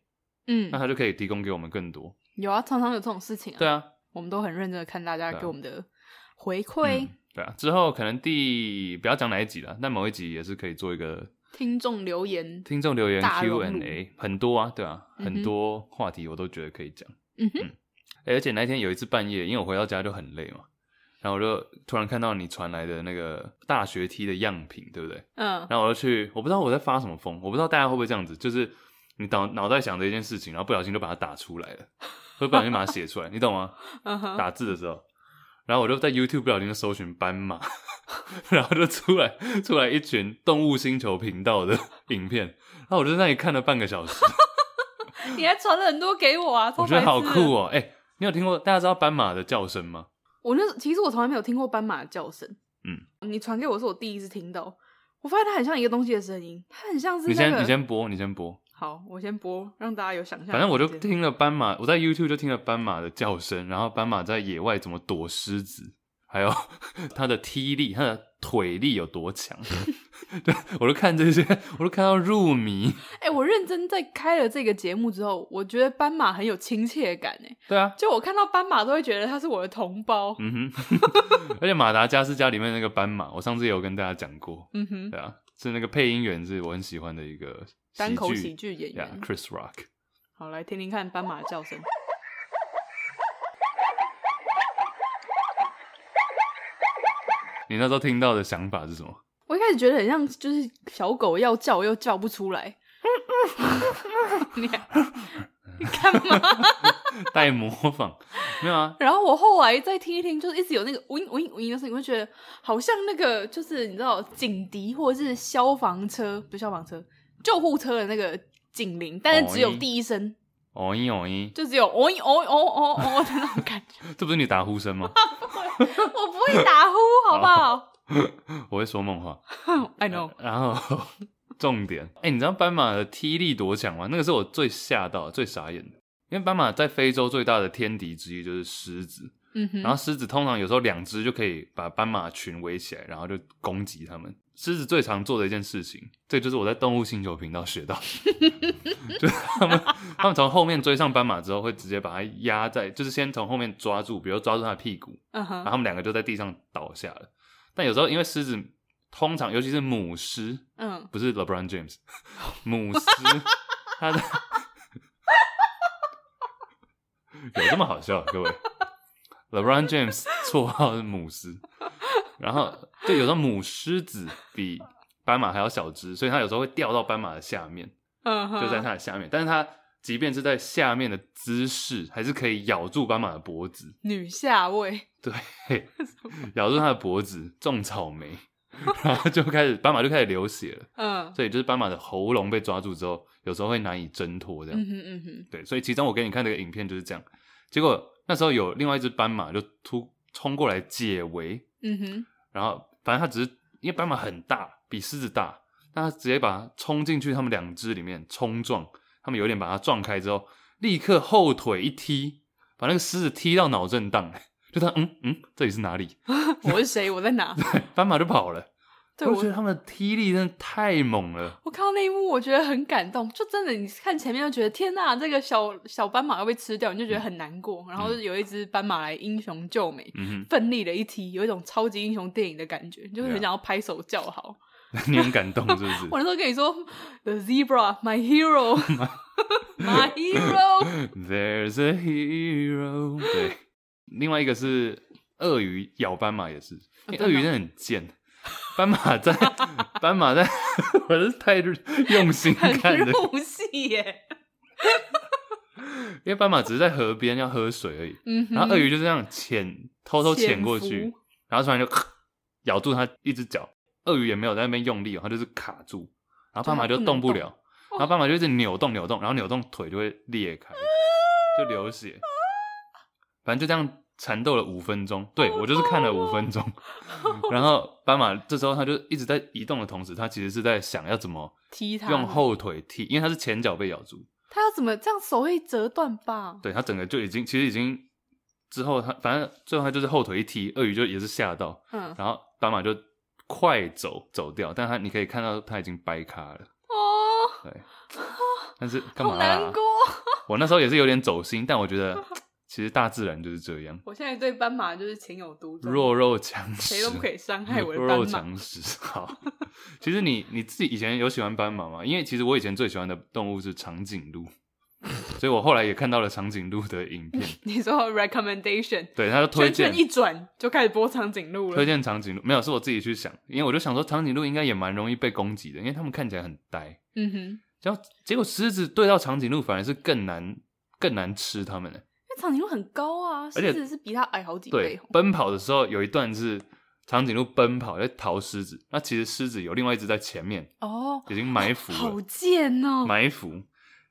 Speaker 2: 嗯
Speaker 1: 那，他就可以提供给我们更多。
Speaker 2: 有啊，常常有这种事情啊。
Speaker 1: 对啊，
Speaker 2: 我们都很认真的看大家
Speaker 1: 对啊
Speaker 2: 给我们的回馈、
Speaker 1: 嗯对啊，之后可能第不要讲哪一集了，但某一集也是可以做一个
Speaker 2: 听众留言。
Speaker 1: 听众留言
Speaker 2: 大熔炉
Speaker 1: Q&A，很多啊，对啊，
Speaker 2: 嗯哼
Speaker 1: 很多话题我都觉得可以讲。
Speaker 2: 嗯哼，
Speaker 1: 欸而且那一天有一次半夜，因为我回到家就很累嘛，然后我就突然看到你传来的那个大学梯的样品，对不对？ [LAUGHS]
Speaker 2: 嗯，
Speaker 1: 然后我就去，我不知道我在发什么疯，我不知道大家会不会这样子，就是你脑脑袋想着一件事情，然后不小心就把它打出来了，会不小心把它写出来，你懂吗？
Speaker 2: 嗯哼，
Speaker 1: 打字的时候，然后我就在 YouTube 不小心就搜寻斑马， [LAUGHS] 然后就出来出来一群动物星球频道的影片，然后我就在那里看了半个小时，
Speaker 2: 你还传了很多给我啊，超
Speaker 1: 我觉得好
Speaker 2: 白痴的
Speaker 1: 酷哦、哎、你有听过大家知道斑马的叫声吗？
Speaker 2: 我那其实我从来没有听过斑马的叫声。
Speaker 1: 嗯，
Speaker 2: 你传给我是我第一次听到，我发现它很像一个东西的声音，它很像是、那
Speaker 1: 你
Speaker 2: 个。
Speaker 1: 先你先播，你先播。
Speaker 2: 好，我先播，让大家有想象。
Speaker 1: 反正我就听了斑马，我在 YouTube 就听了斑马的叫声，然后斑马在野外怎么躲狮子，还有 [LAUGHS] 它的踢力、它的腿力有多强。 [LAUGHS] 对，我就看这些，我都看到入迷。
Speaker 2: 哎、我认真在开了这个节目之后，我觉得斑马很有亲切感哎，
Speaker 1: 对啊，
Speaker 2: 就我看到斑马都会觉得它是我的同胞。
Speaker 1: 嗯哼， [LAUGHS] 而且马达加斯加里面那个斑马，我上次也有跟大家讲过，
Speaker 2: 嗯哼，
Speaker 1: 对啊，是那个配音员是我很喜欢的一个
Speaker 2: 单口喜
Speaker 1: 喜
Speaker 2: 剧演
Speaker 1: 呀
Speaker 2: 员。
Speaker 1: ，Chris Rock。
Speaker 2: 好，来听听看斑马的叫声。
Speaker 1: 你那时候听到的想法是什么？
Speaker 2: 我一开始觉得很像，就是小狗要叫又叫不出来。 [LAUGHS] 你你干嘛？
Speaker 1: 带模仿？没有啊，
Speaker 2: 然后我后来再听一听，就是一直有那个嗡嗡嗡的声音，我就觉得好像那个就是你知道警笛或者是消防车，不是消防车，救护车的那个警铃，但是只有
Speaker 1: 哦咦
Speaker 2: 第一声，
Speaker 1: 哦咦哦咦，
Speaker 2: 就只有嗡嗡嗡嗡嗡的
Speaker 1: [LAUGHS]
Speaker 2: 那种感觉。
Speaker 1: 这不是你打呼声吗？
Speaker 2: 我不会打呼，好不好
Speaker 1: 我会说梦话。
Speaker 2: [LAUGHS] ？I know，
Speaker 1: 哦 [LAUGHS] 然后重点，哎、你知道斑马的踢力多强吗？那个是我最吓到、最傻眼的。因为斑马在非洲最大的天敌之一就是狮子，
Speaker 2: 嗯哼，
Speaker 1: 然后狮子通常有时候两只就可以把斑马群围起来，然后就攻击它们。狮子最常做的一件事情，这就是我在动物星球频道学到的， [LAUGHS] 就是他们他们从后面追上斑马之后，会直接把它压在，就是先从后面抓住，比如抓住它的屁股，
Speaker 2: 嗯
Speaker 1: 然
Speaker 2: 哼
Speaker 1: 后，他们两个就在地上倒下了。但有时候因为狮子通常尤其是母狮，
Speaker 2: 嗯，
Speaker 1: 不是 LeBron James，母狮，它的有这么好笑，各位？LeBron James 绰号是母狮，然后就有时候母狮子比斑马还要小只，所以它有时候会掉到斑马的下面，
Speaker 2: 嗯哼，
Speaker 1: 就在它的下面，但是它。即便是在下面的姿势，还是可以咬住斑马的脖子，
Speaker 2: 女下位，
Speaker 1: 对，咬住它的脖子，种草莓，然后就开始斑马就开始流血了。
Speaker 2: 嗯，
Speaker 1: 所以就是斑马的喉咙被抓住之后，有时候会难以挣脱这样。
Speaker 2: 嗯哼嗯哼，
Speaker 1: 对，所以其中我给你看那个影片就是这样。结果那时候有另外一只斑马就突冲过来解围，
Speaker 2: 嗯哼，
Speaker 1: 然后反正它只是因为斑马很大，比狮子大，那它直接把它冲进去，它们两只里面冲撞，它们有点把它撞开之后，立刻后腿一踢，把那个狮子踢到脑震荡。就它嗯嗯，这里是哪里？
Speaker 2: [LAUGHS] 我是谁？我
Speaker 1: [LAUGHS]
Speaker 2: 在哪？
Speaker 1: 斑马就跑了。
Speaker 2: 对
Speaker 1: 我
Speaker 2: 我
Speaker 1: 觉得它们的踢力真的太猛了。
Speaker 2: 我看到那一幕，我觉得很感动，就真的，你看前面就觉得天呐，这个小小斑马要被吃掉，你就
Speaker 1: 嗯
Speaker 2: 觉得很难过。然后有一只斑马来英雄救美，
Speaker 1: 嗯哼，
Speaker 2: 奋力的一踢，有一种超级英雄电影的感觉，就是很
Speaker 1: 对啊
Speaker 2: 想要拍手叫好。
Speaker 1: [LAUGHS] 你很感动是不是
Speaker 2: 我那时候跟你说，The Zebra,
Speaker 1: [LAUGHS]
Speaker 2: my hero, my hero， [LAUGHS]
Speaker 1: ？There's a hero。对，另外一个是鳄鱼咬斑马，也是，因为
Speaker 2: 哦真的
Speaker 1: 鳄鱼真的很贱。斑马
Speaker 2: [LAUGHS]
Speaker 1: 在，斑马在， [LAUGHS] 我是太用心看
Speaker 2: 很
Speaker 1: 的，
Speaker 2: 入戏耶。
Speaker 1: 因为斑马只是在河边要喝水而已，
Speaker 2: 嗯哼，
Speaker 1: 然后鳄鱼就这样潜，偷偷潜过
Speaker 2: 潜
Speaker 1: 去
Speaker 2: 伏，
Speaker 1: 然后突然就咔咬住它一只脚，鳄鱼也没有在那边用力哦，它就是卡住，然后斑马就动不了，
Speaker 2: 不
Speaker 1: 然
Speaker 2: 能动
Speaker 1: 后斑马就一直扭动扭动，然后扭动腿就会裂开，就流血，反正就这样缠斗了五分钟，对我就是看了五分钟，然后斑马这时候它就一直在移动的同时，它其实是在想要怎么
Speaker 2: 踢它，
Speaker 1: 用后腿踢，因为它是前脚被咬住，
Speaker 2: 它要怎么这样手会折断吧？
Speaker 1: 对他整个就已经其实已经之后他反正最后他就是后腿一踢，鳄鱼就也是吓到，
Speaker 2: 嗯，
Speaker 1: 然后斑马就快走走掉，但他你可以看到他已经掰咖了，
Speaker 2: 哦，
Speaker 1: 对，但是干嘛、
Speaker 2: 好
Speaker 1: 啊？
Speaker 2: 难过。 [LAUGHS]
Speaker 1: 我那时候也是有点走心，但我觉得其实大自然就是这
Speaker 2: [LAUGHS]
Speaker 1: 样，
Speaker 2: 我现在对斑马就是情有独钟，
Speaker 1: 弱肉强食，
Speaker 2: 谁
Speaker 1: [LAUGHS]
Speaker 2: 都不可以伤害我的
Speaker 1: 弱
Speaker 2: 斑
Speaker 1: 肉
Speaker 2: 马。
Speaker 1: 强食。好， [LAUGHS] 其实你你自己以前有喜欢斑马吗？因为其实我以前最喜欢的动物是长颈
Speaker 2: [LAUGHS]
Speaker 1: 鹿，所以我后来也看到了长颈鹿的影片，
Speaker 2: [LAUGHS] 你说 recommendation，
Speaker 1: 对，他就推荐
Speaker 2: 圈圈一转就开始播长颈鹿
Speaker 1: 推
Speaker 2: 了。
Speaker 1: 荐长颈鹿没有，是我自己去想，因为我就想说长颈鹿应该也蛮容易被攻击的，因为他们看起来很呆。
Speaker 2: 嗯哼，因
Speaker 1: 结果结果狮子对到长颈鹿反而是更难更难吃它们呢。
Speaker 2: 为长颈鹿很高啊，
Speaker 1: 而且
Speaker 2: 狮子是比它矮好几
Speaker 1: 对
Speaker 2: 倍。，哦
Speaker 1: 奔跑的时候有一段是长颈鹿奔跑在逃狮子，那其实狮子有另外一只在前面
Speaker 2: 哦，
Speaker 1: 已经埋伏
Speaker 2: 好
Speaker 1: 了，
Speaker 2: 贱哦！
Speaker 1: 埋伏。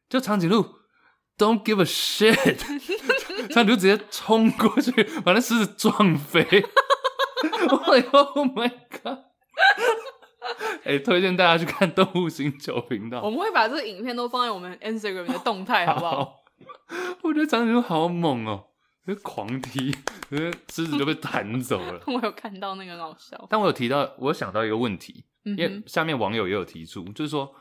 Speaker 1: 就长颈鹿 don't give a shit，长颈鹿直接冲过去把那狮子撞飞。 [LAUGHS] 我以后 Oh my god！哎、推荐大家去看动物星球频道
Speaker 2: 我。们会把这个影片都放在我们 Instagram 的动态，好不
Speaker 1: [LAUGHS]
Speaker 2: 好？
Speaker 1: 好？我觉得长颈鹿好猛哦、就狂踢，可是狮子就被弹走了
Speaker 2: [LAUGHS] 。我有看到那个很好笑，
Speaker 1: 但我有提到，我有想到一个问题，
Speaker 2: 嗯
Speaker 1: 因为
Speaker 2: 哼，
Speaker 1: 下面网友也有提出，就是说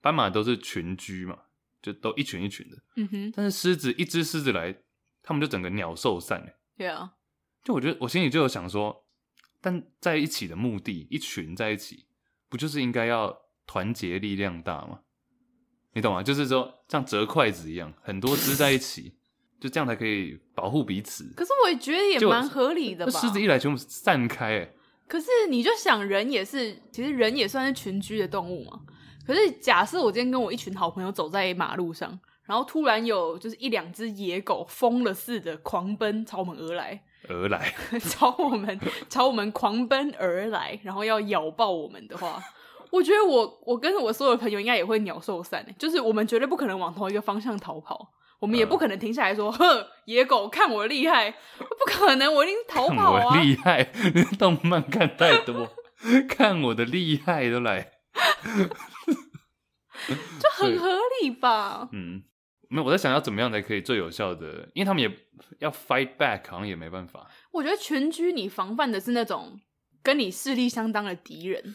Speaker 1: 斑马都是群居嘛，就都一群一群的，
Speaker 2: 嗯哼，
Speaker 1: 但是狮子一只狮子来，它们就整个鸟兽散了。
Speaker 2: 对啊，
Speaker 1: 就我觉得我心里就有想说，但在一起的目的，一群在一起，不就是应该要团结力量大吗？你懂吗？就是说像折筷子一样，很多只在一起，就这样才可以保护彼此。
Speaker 2: 可是我也觉得也
Speaker 1: 就
Speaker 2: 蛮合理的
Speaker 1: 那
Speaker 2: 吧。
Speaker 1: 狮子一来，全部散开、欸，
Speaker 2: 可是你就想，人也是，其实人也算是群居的动物嘛。可是假设我今天跟我一群好朋友走在马路上，然后突然有就是一两只野狗疯了似的狂奔朝我们而来， [LAUGHS]
Speaker 1: 而来，
Speaker 2: 朝我们 [LAUGHS] 朝我们狂奔而来，然后要咬爆我们的话，我觉得我我跟我所有的朋友应该也会鸟兽散、欸，就是我们绝对不可能往同一个方向逃跑。我们也不可能停下来
Speaker 1: 嗯
Speaker 2: 说：“呵，野狗，看我厉害！”不可能，我一定逃
Speaker 1: 看
Speaker 2: 跑
Speaker 1: 我
Speaker 2: 啊！
Speaker 1: 厉害！ [LAUGHS] 你动漫看太多，看我的厉害都来。
Speaker 2: 就很合理吧？
Speaker 1: 嗯，没有，我在想要怎么样才可以最有效的，因为他们也要 fight back，好像也没办法。
Speaker 2: 我觉得群居你防范的是那种跟你势力相当的敌人，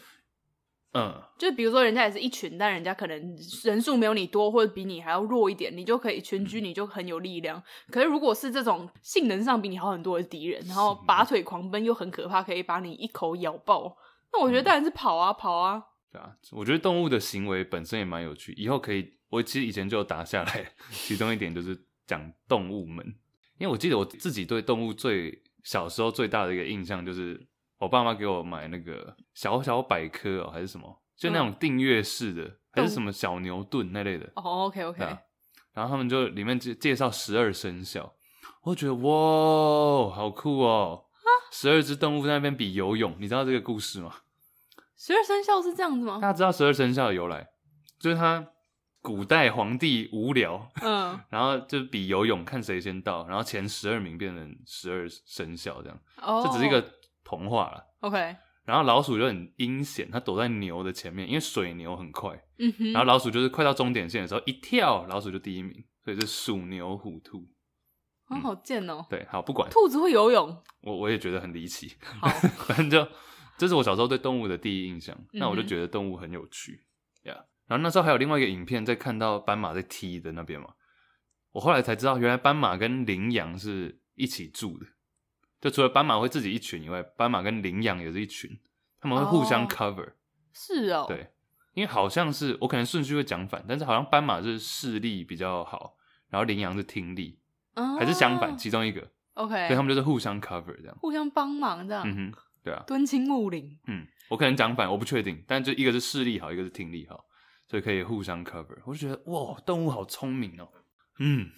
Speaker 1: 嗯，
Speaker 2: 就是比如说人家也是一群，但人家可能人数没有你多，或者比你还要弱一点，你就可以群
Speaker 1: 嗯
Speaker 2: 居，你就很有力量。可是如果是这种性能上比你好很多的敌人，然后拔腿狂奔又很可怕，可以把你一口咬爆，那我觉得
Speaker 1: 嗯
Speaker 2: 当然是跑啊跑啊。
Speaker 1: 对啊，我觉得动物的行为本身也蛮有趣，以后可以，我其实以前就有打下来， [LAUGHS] 其中一点就是讲动物们，因为我记得我自己对动物最小时候最大的一个印象就是我爸妈给我买那个小小百科哦，还是什么，就那种订阅式的，还是什么小牛顿那类的，
Speaker 2: 哦、o k OK，、
Speaker 1: 对啊然后他们就里面介介绍十二生肖，我就觉得哇，好酷哦！十二只动物在那边比游泳，你知道这个故事吗？
Speaker 2: 十二生肖是这样
Speaker 1: [LAUGHS]
Speaker 2: 子吗？
Speaker 1: 大家知道十二生肖的由来，就是他古代皇帝无聊， [LAUGHS]
Speaker 2: 嗯，
Speaker 1: 然后就是比游泳看谁先到，然后前十二名变成十二生肖这样，
Speaker 2: 哦，
Speaker 1: 这只是一个童话了。
Speaker 2: OK，
Speaker 1: 然后老鼠就很阴险，它躲在牛的前面，因为水牛很快。
Speaker 2: 嗯哼，
Speaker 1: 然后老鼠就是快到终点线的时候一跳，老鼠就第一名，所以是鼠牛虎兔。嗯
Speaker 2: 啊好贱哦，
Speaker 1: 对，好不管
Speaker 2: 兔子会游泳，
Speaker 1: 我，我也觉得很离奇。 [LAUGHS]
Speaker 2: 好，
Speaker 1: 反正就这是我小时候对动物的第一印象。那我就
Speaker 2: 嗯哼
Speaker 1: 觉得动物很有趣呀。Yeah 然后那时候还有另外一个影片，在看到斑马在踢的那边嘛，我后来才知道，原来斑马跟羚羊是一起住的。就除了斑马会自己一群以外，斑马跟羚羊也是一群，他们会互相
Speaker 2: 哦
Speaker 1: cover，、
Speaker 2: 是哦，，
Speaker 1: 对，因为好像是我可能顺序会讲反，但是好像斑马是视力比较好，然后羚羊是听力，
Speaker 2: 啊、
Speaker 1: 还是相反其中一个，所以他
Speaker 2: ，OK，
Speaker 1: 们就是互相 cover 这样。
Speaker 2: 互相帮忙这样，
Speaker 1: 嗯哼，对啊，
Speaker 2: 敦亲睦邻，
Speaker 1: 嗯，我可能讲反，我不确定，但就一个是视力好，一个是听力好，所以可以互相 cover。我就觉得哇，动物好聪明哦，嗯，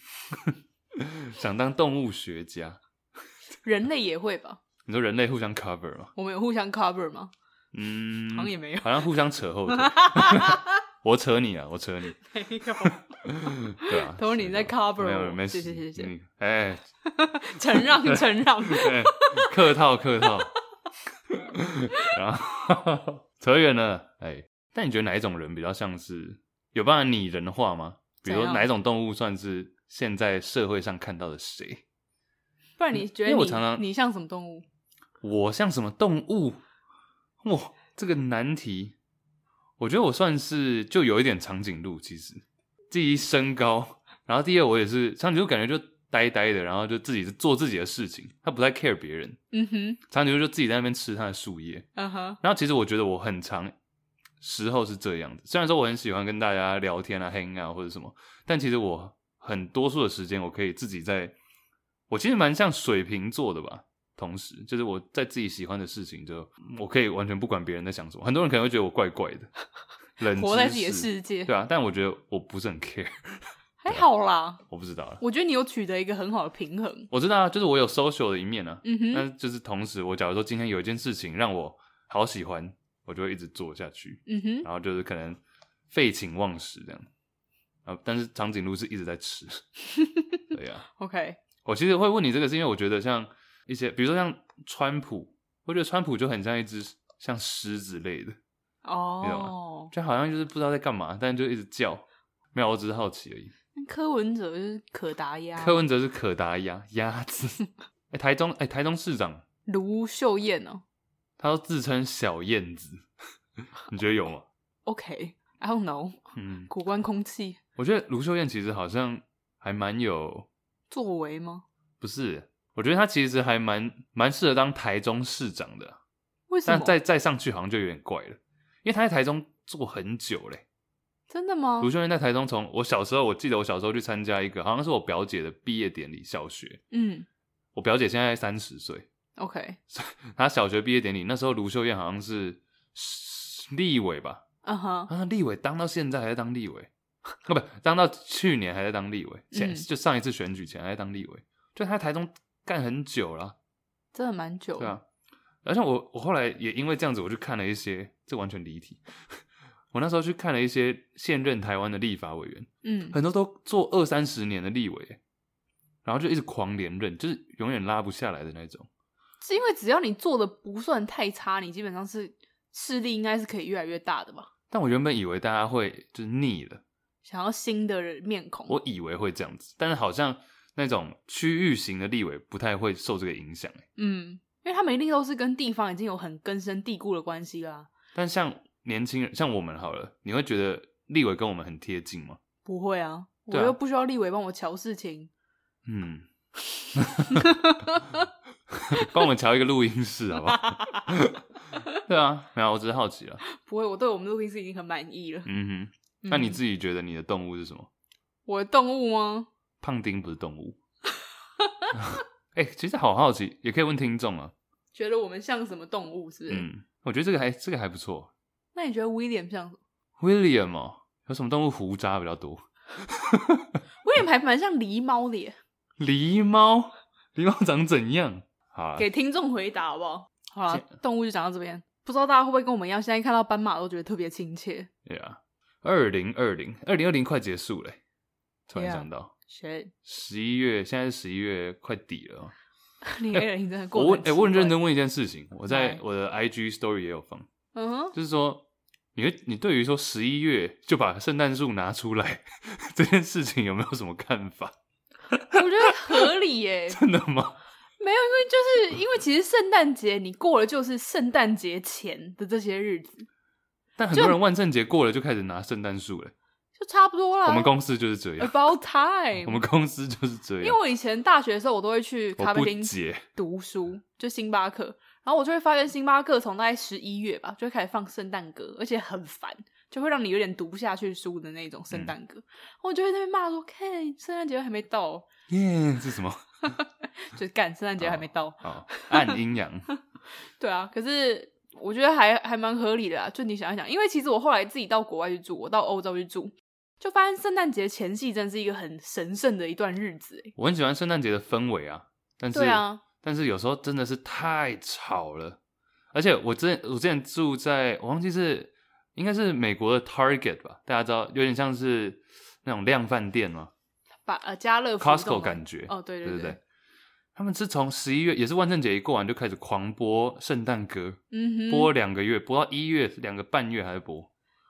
Speaker 1: [LAUGHS] 想当动物学家。
Speaker 2: 人类也会吧？
Speaker 1: 你说人类互相 cover 吗？
Speaker 2: 我们有互相 cover 吗？
Speaker 1: 嗯，
Speaker 2: 好像也没有，
Speaker 1: 好像互相扯后腿。 [LAUGHS] 我扯你啊，我扯你，
Speaker 2: [LAUGHS] 没有，
Speaker 1: 对啊。
Speaker 2: [LAUGHS] 都是你在 cover
Speaker 1: 没
Speaker 2: 我
Speaker 1: 有，没
Speaker 2: 谢
Speaker 1: 事，
Speaker 2: 谢谢谢
Speaker 1: 你。哎，
Speaker 2: 承让承
Speaker 1: [LAUGHS]
Speaker 2: 让，
Speaker 1: 对客套客套。 [LAUGHS] 然后扯远了，哎，但你觉得哪一种人比较像是有办法拟人化吗？比如
Speaker 2: 怎
Speaker 1: 说
Speaker 2: 样
Speaker 1: 哪一种动物算是现在社会上看到的谁？
Speaker 2: 不然你觉得
Speaker 1: 因
Speaker 2: 你
Speaker 1: 为我常常
Speaker 2: 你像什么动物？
Speaker 1: 我像什么动物？哇，这个难题，我觉得我算是就有一点长颈鹿。其实，第一身高，然后第二我也是长颈鹿，感觉就呆呆的，然后就自己做自己的事情，它不太 care 别人。
Speaker 2: 嗯哼，
Speaker 1: 长颈鹿就自己在那边吃它的树叶，
Speaker 2: 嗯哼，
Speaker 1: 然后其实我觉得我很长时候是这样子，虽然说我很喜欢跟大家聊天啊、hang out 或者什么，但其实我很多数的时间我可以自己在，我其实蛮像水瓶座的吧。同时，就是我在自己喜欢的事情就，我可以完全不管别人在想什么。很多人可能会觉得我怪怪的，冷
Speaker 2: 活在
Speaker 1: 知
Speaker 2: 自己的
Speaker 1: 识
Speaker 2: 世界，
Speaker 1: 对啊，但我觉得我不是很 care，
Speaker 2: 还好啦。
Speaker 1: 我不知道了。
Speaker 2: 我觉得你有取得一个很好的平衡。
Speaker 1: 我知道啊，就是我有 social 的一面啊，
Speaker 2: 嗯哼，
Speaker 1: 但就是同时，我假如说今天有一件事情让我好喜欢，我就会一直做下去。
Speaker 2: 嗯哼，
Speaker 1: 然后就是可能废寝忘食这样。啊，但是长颈鹿是一直在吃。对呀、
Speaker 2: OK，
Speaker 1: 我其实会问你这个，是因为我觉得像一些，比如说像川普，我觉得川普就很像一只像狮子类的，你懂
Speaker 2: 哦，
Speaker 1: 就好像就是不知道在干嘛，但就一直叫。没有，我只是好奇而已。
Speaker 2: 那柯文哲就是可达鸭，
Speaker 1: 柯文哲是可达鸭鸭子，哎、台中哎、台中市长
Speaker 2: 卢秀燕哦
Speaker 1: 他都自称小燕子， [LAUGHS] 你觉得有吗？
Speaker 2: ，OK，I don't know，
Speaker 1: 嗯，
Speaker 2: 古关空气
Speaker 1: 我觉得卢秀燕其实好像还蛮有
Speaker 2: 作为吗？
Speaker 1: 不是，我觉得他其实还蛮蛮适合当台中市长的，
Speaker 2: 为什
Speaker 1: 但
Speaker 2: 么？
Speaker 1: 再再上去好像就有点怪了，因为他在台中做很久嘞。
Speaker 2: 真的吗
Speaker 1: 卢？秀燕在台中从我小时候，我记得我小时候去参加一个，好像是我表姐的毕业典礼，小学。
Speaker 2: 嗯
Speaker 1: 我表姐现在三十岁，
Speaker 2: ，OK，
Speaker 1: 她小学毕业典礼那时候卢秀燕好像是立委吧，
Speaker 2: 嗯哼，
Speaker 1: 啊，立委当到现在还在当立委， [LAUGHS] 啊，不，当到去年还在当立委，前、
Speaker 2: 嗯
Speaker 1: 就上一次选举前还在当立委，就他在台中干很久了啊。
Speaker 2: 真的蛮久
Speaker 1: 对啊，，而且我我后来也因为这样子，我去看了一些，这完全离题。 [LAUGHS] 我那时候去看了一些现任台湾的立法委员，
Speaker 2: 嗯，
Speaker 1: 很多都做二三十年的立委，然后就一直狂连任，就是永远拉不下来的那种。
Speaker 2: 是因为只要你做的不算太差，你基本上是势力应该是可以越来越大的吧？
Speaker 1: 但我原本以为大家会就是腻了，
Speaker 2: 想要新的人面孔，
Speaker 1: 我以为会这样子，但是好像那种区域型的立委不太会受这个影响。欸
Speaker 2: 嗯，因为他们一定都是跟地方已经有很根深蒂固的关系啦，
Speaker 1: 但像年轻人，像我们好了，你会觉得立委跟我们很贴近吗？
Speaker 2: 不会啊，我
Speaker 1: 对啊
Speaker 2: 又不需要立委帮我瞧事情，
Speaker 1: 嗯， [LAUGHS] 帮我们调一个录音室好不好？
Speaker 2: [LAUGHS]
Speaker 1: 对啊，没有，我只是好奇了。
Speaker 2: 不会，我对我们录音室已经很满意了。
Speaker 1: 嗯哼，那你
Speaker 2: 嗯
Speaker 1: 自己觉得你的动物是什么？
Speaker 2: 我的动物吗？
Speaker 1: 胖丁不是动物。 [LAUGHS] 哎、其实好好奇，也可以问听众啊。
Speaker 2: 觉得我们像什么动物？是不是？
Speaker 1: 嗯，我觉得这个还这个还不错。
Speaker 2: 那你觉得威廉像什么
Speaker 1: William 哦，有什么动物胡渣比较多？
Speaker 2: 威廉还蛮像狸猫的耶。
Speaker 1: 狸猫，狸猫长怎样？好啊，
Speaker 2: 给听众回答好不好？好啦
Speaker 1: 这，
Speaker 2: 动物就讲到这边，不知道大家会不会跟我们一样，现在看到斑马都觉得特别亲切。
Speaker 1: 对啊，二零二零，二零二零快结束嘞、突然
Speaker 2: Yeah
Speaker 1: 想到
Speaker 2: 谁？
Speaker 1: 十一月，现在是十一月快底了哦。
Speaker 2: [LAUGHS] 你的人真的过
Speaker 1: 我问哎、
Speaker 2: 得很，
Speaker 1: 我很认真问一件事情，我在
Speaker 2: 来
Speaker 1: 我的 IG Story 也有放，
Speaker 2: 奇怪。嗯哼，
Speaker 1: 就是说，你会你对于说十一月就把圣诞树拿出来 [LAUGHS] 这件事情有没有什么看法？
Speaker 2: 我觉得合理
Speaker 1: [LAUGHS]
Speaker 2: 耶。
Speaker 1: 真的吗？
Speaker 2: 没有，因为就是因为其实圣诞节你过了就是圣诞节前的这些日子，
Speaker 1: 但很多人万圣节过了就开始拿圣诞树了，
Speaker 2: 就差不多啦。
Speaker 1: 我们公司就是这样，
Speaker 2: about time，
Speaker 1: 我们公司就是这
Speaker 2: 啊因为
Speaker 1: 样。
Speaker 2: 我以前大学的时候，我都会去咖
Speaker 1: 我
Speaker 2: 啡
Speaker 1: 不
Speaker 2: 厅
Speaker 1: 解，
Speaker 2: 读书，就星巴克，然后我就会发现星巴克从大概十一月吧，就会开始放圣诞歌，而且很烦，就会让你有点读不下去书的那种
Speaker 1: 嗯
Speaker 2: 圣诞歌。我就会在那边骂说：“看，圣诞节还没到，哦
Speaker 1: 耶，这是什么？
Speaker 2: [LAUGHS] 就干圣诞节还没到。
Speaker 1: 哦，暗阴
Speaker 2: [LAUGHS]
Speaker 1: 阳，
Speaker 2: 对啊，可是我觉得还还蛮合理的啊。就你想一想，因为其实我后来自己到国外去住，我到欧洲去住，就发现圣诞节前夕真是一个很神圣的一段日子、欸。
Speaker 1: 我很喜欢圣诞节的氛围啊，但是
Speaker 2: 对啊，
Speaker 1: 但是有时候真的是太吵了，而且我之前我之前住在我忘记是应该是美国的 Target 吧，大家知道有点像是那种量贩店嘛
Speaker 2: 把呃家乐福这种
Speaker 1: ，Costco
Speaker 2: 东
Speaker 1: 感觉，
Speaker 2: 哦，对
Speaker 1: 对
Speaker 2: 对
Speaker 1: 对对。他们是从十一月，也是万圣节一过完就开始狂播圣诞歌，
Speaker 2: 嗯哼，
Speaker 1: 播两个月，播到一月两个半月还在播。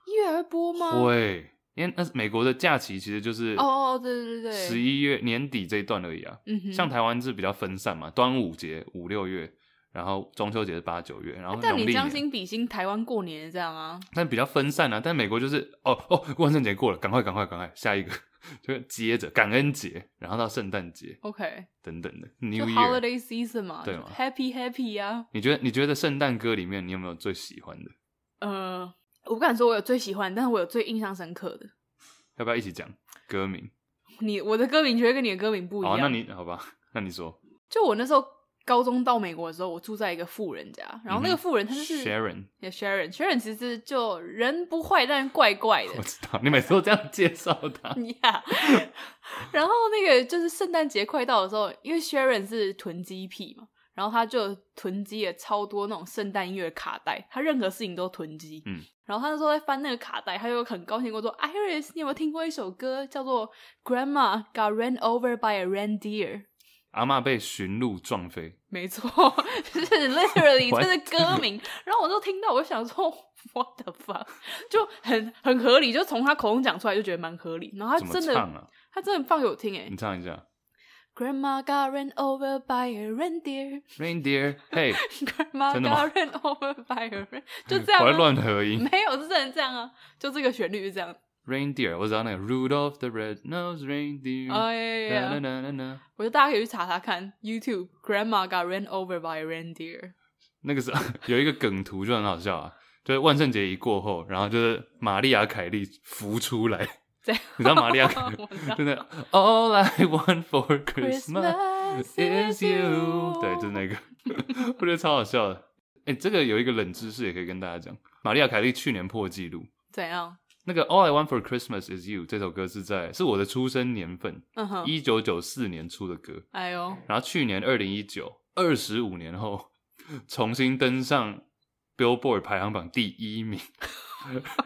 Speaker 2: 一月还会播吗？哦
Speaker 1: 会，因为那是美国的假期其实就是
Speaker 2: 哦，哦对对对对，
Speaker 1: 十一月年底这一段而已啊。
Speaker 2: 嗯哼，
Speaker 1: 像台湾是比较分散嘛，端午节五六月，然后中秋节是八九月，然后
Speaker 2: 但
Speaker 1: 农
Speaker 2: 你
Speaker 1: 历
Speaker 2: 将
Speaker 1: 年，
Speaker 2: 心比心，台湾过年也这样啊，
Speaker 1: 但比较分散啊。但美国就是哦哦，万圣节过了，赶快赶快赶快，下一个就接着感恩节，然后到圣诞节
Speaker 2: OK，
Speaker 1: 等等的
Speaker 2: 就
Speaker 1: New Year。
Speaker 2: Holiday Season 嘛，
Speaker 1: 对
Speaker 2: 就
Speaker 1: 嘛
Speaker 2: ，Happy Happy 啊，
Speaker 1: 你觉得你觉得圣诞歌里面你有没有最喜欢的？
Speaker 2: 呃，我不敢说我有最喜欢，但是我有最印象深刻的。
Speaker 1: 要不要一起讲歌名？
Speaker 2: 你我的歌名绝对跟你的歌名不一
Speaker 1: 好
Speaker 2: 样。
Speaker 1: 啊，那你好吧，那你说
Speaker 2: 就我那时候高中到美国的时候，我住在一个富人家，然后那个富人他就
Speaker 1: 嗯
Speaker 2: 是、
Speaker 1: Sharon，
Speaker 2: 也 Sharon，Sharon 其实就人不坏，但是怪怪
Speaker 1: [LAUGHS] 我
Speaker 2: 的嗯
Speaker 1: 知道你每次都这样介绍
Speaker 2: [LAUGHS]
Speaker 1: 他，
Speaker 2: 呀。啊然后那个就是圣诞节快到的时候，因为 Sharon 是囤积癖嘛，然后他就囤积了超多那种圣诞音乐卡带，他任何事情都囤积。
Speaker 1: 嗯。
Speaker 2: 然后他那时候在翻那个卡带，他就很高兴跟我说：“Iris，你有没有听过一首歌叫做《Grandma Got Ran Over by a Reindeer》？”
Speaker 1: 阿嬷被驯鹿撞飞，
Speaker 2: 没错， [LAUGHS] 就是
Speaker 1: [LAUGHS]
Speaker 2: literally
Speaker 1: 完
Speaker 2: 这是歌名。然后我就听到，我就想说 what the fuck，就很很合理，就从他口中讲出来就觉得蛮合理。然后
Speaker 1: 怎么
Speaker 2: 他真的，
Speaker 1: 唱啊？
Speaker 2: 他真的放给我听欸诶
Speaker 1: 你唱一下
Speaker 2: [LAUGHS] Grandma got run over by a reindeer. [LAUGHS]
Speaker 1: Reindeer，嘿，
Speaker 2: Grandma
Speaker 1: 真的吗哎
Speaker 2: got run over by a reindeer. 就这样、
Speaker 1: 我
Speaker 2: 啊
Speaker 1: 在，乱合音。
Speaker 2: 没有，是真的这样啊，就这个旋律是这样。
Speaker 1: Reindeer，我知道那个 Rudolph the Red-Nosed Reindeer。
Speaker 2: 哎呀
Speaker 1: 啦啦
Speaker 2: 呀！
Speaker 1: 啦啦啦
Speaker 2: 我觉得大家可以去查查看 YouTube Grandma got run over by a reindeer。
Speaker 1: 那个是 [LAUGHS] 有一个梗图就很好笑啊，就是万圣节一过后，然后就是玛丽亚凯莉浮出来，
Speaker 2: 这样，
Speaker 1: [LAUGHS] 你知道玛
Speaker 2: [LAUGHS]
Speaker 1: 丽亚凯
Speaker 2: 我知道
Speaker 1: 真的 All I want for Christmas
Speaker 2: Christmas
Speaker 1: is
Speaker 2: is
Speaker 1: you，
Speaker 2: you。
Speaker 1: 对，就是那个， [LAUGHS] 我觉得超好笑的。哎、这个有一个冷知识也可以跟大家讲，玛丽亚凯莉去年破纪录，
Speaker 2: 怎样？
Speaker 1: 那个 All I Want for Christmas Is You 这首歌是在是我的出生年份，
Speaker 2: 嗯哼，
Speaker 1: 一九九四年出的歌，
Speaker 2: 哎呦，
Speaker 1: 然后去年二零一九，二十五年后重新登上 Billboard 排行榜第一名，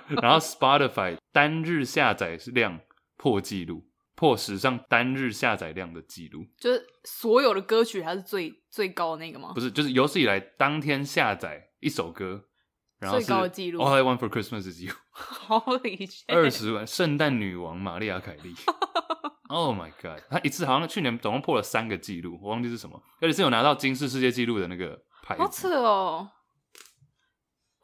Speaker 1: [LAUGHS] 然后 Spotify 单日下载量破纪录，破史上单日下载量的纪录，
Speaker 2: 就是所有的歌曲它是最最高的那个吗
Speaker 1: 不？是就是有史以来当天下载一首歌，然后是
Speaker 2: 最高的纪录
Speaker 1: All I Want for Christmas Is
Speaker 2: [LAUGHS]
Speaker 1: You，
Speaker 2: [LAUGHS] Holy shit！
Speaker 1: 二十万圣诞女王玛丽亚凯
Speaker 2: [LAUGHS]
Speaker 1: 莉。Oh my god！她一次好像去年总共破了三个纪录，我忘记是什么，而且是有拿到金氏世界纪录的那个牌
Speaker 2: 好
Speaker 1: 子。
Speaker 2: 扯哦！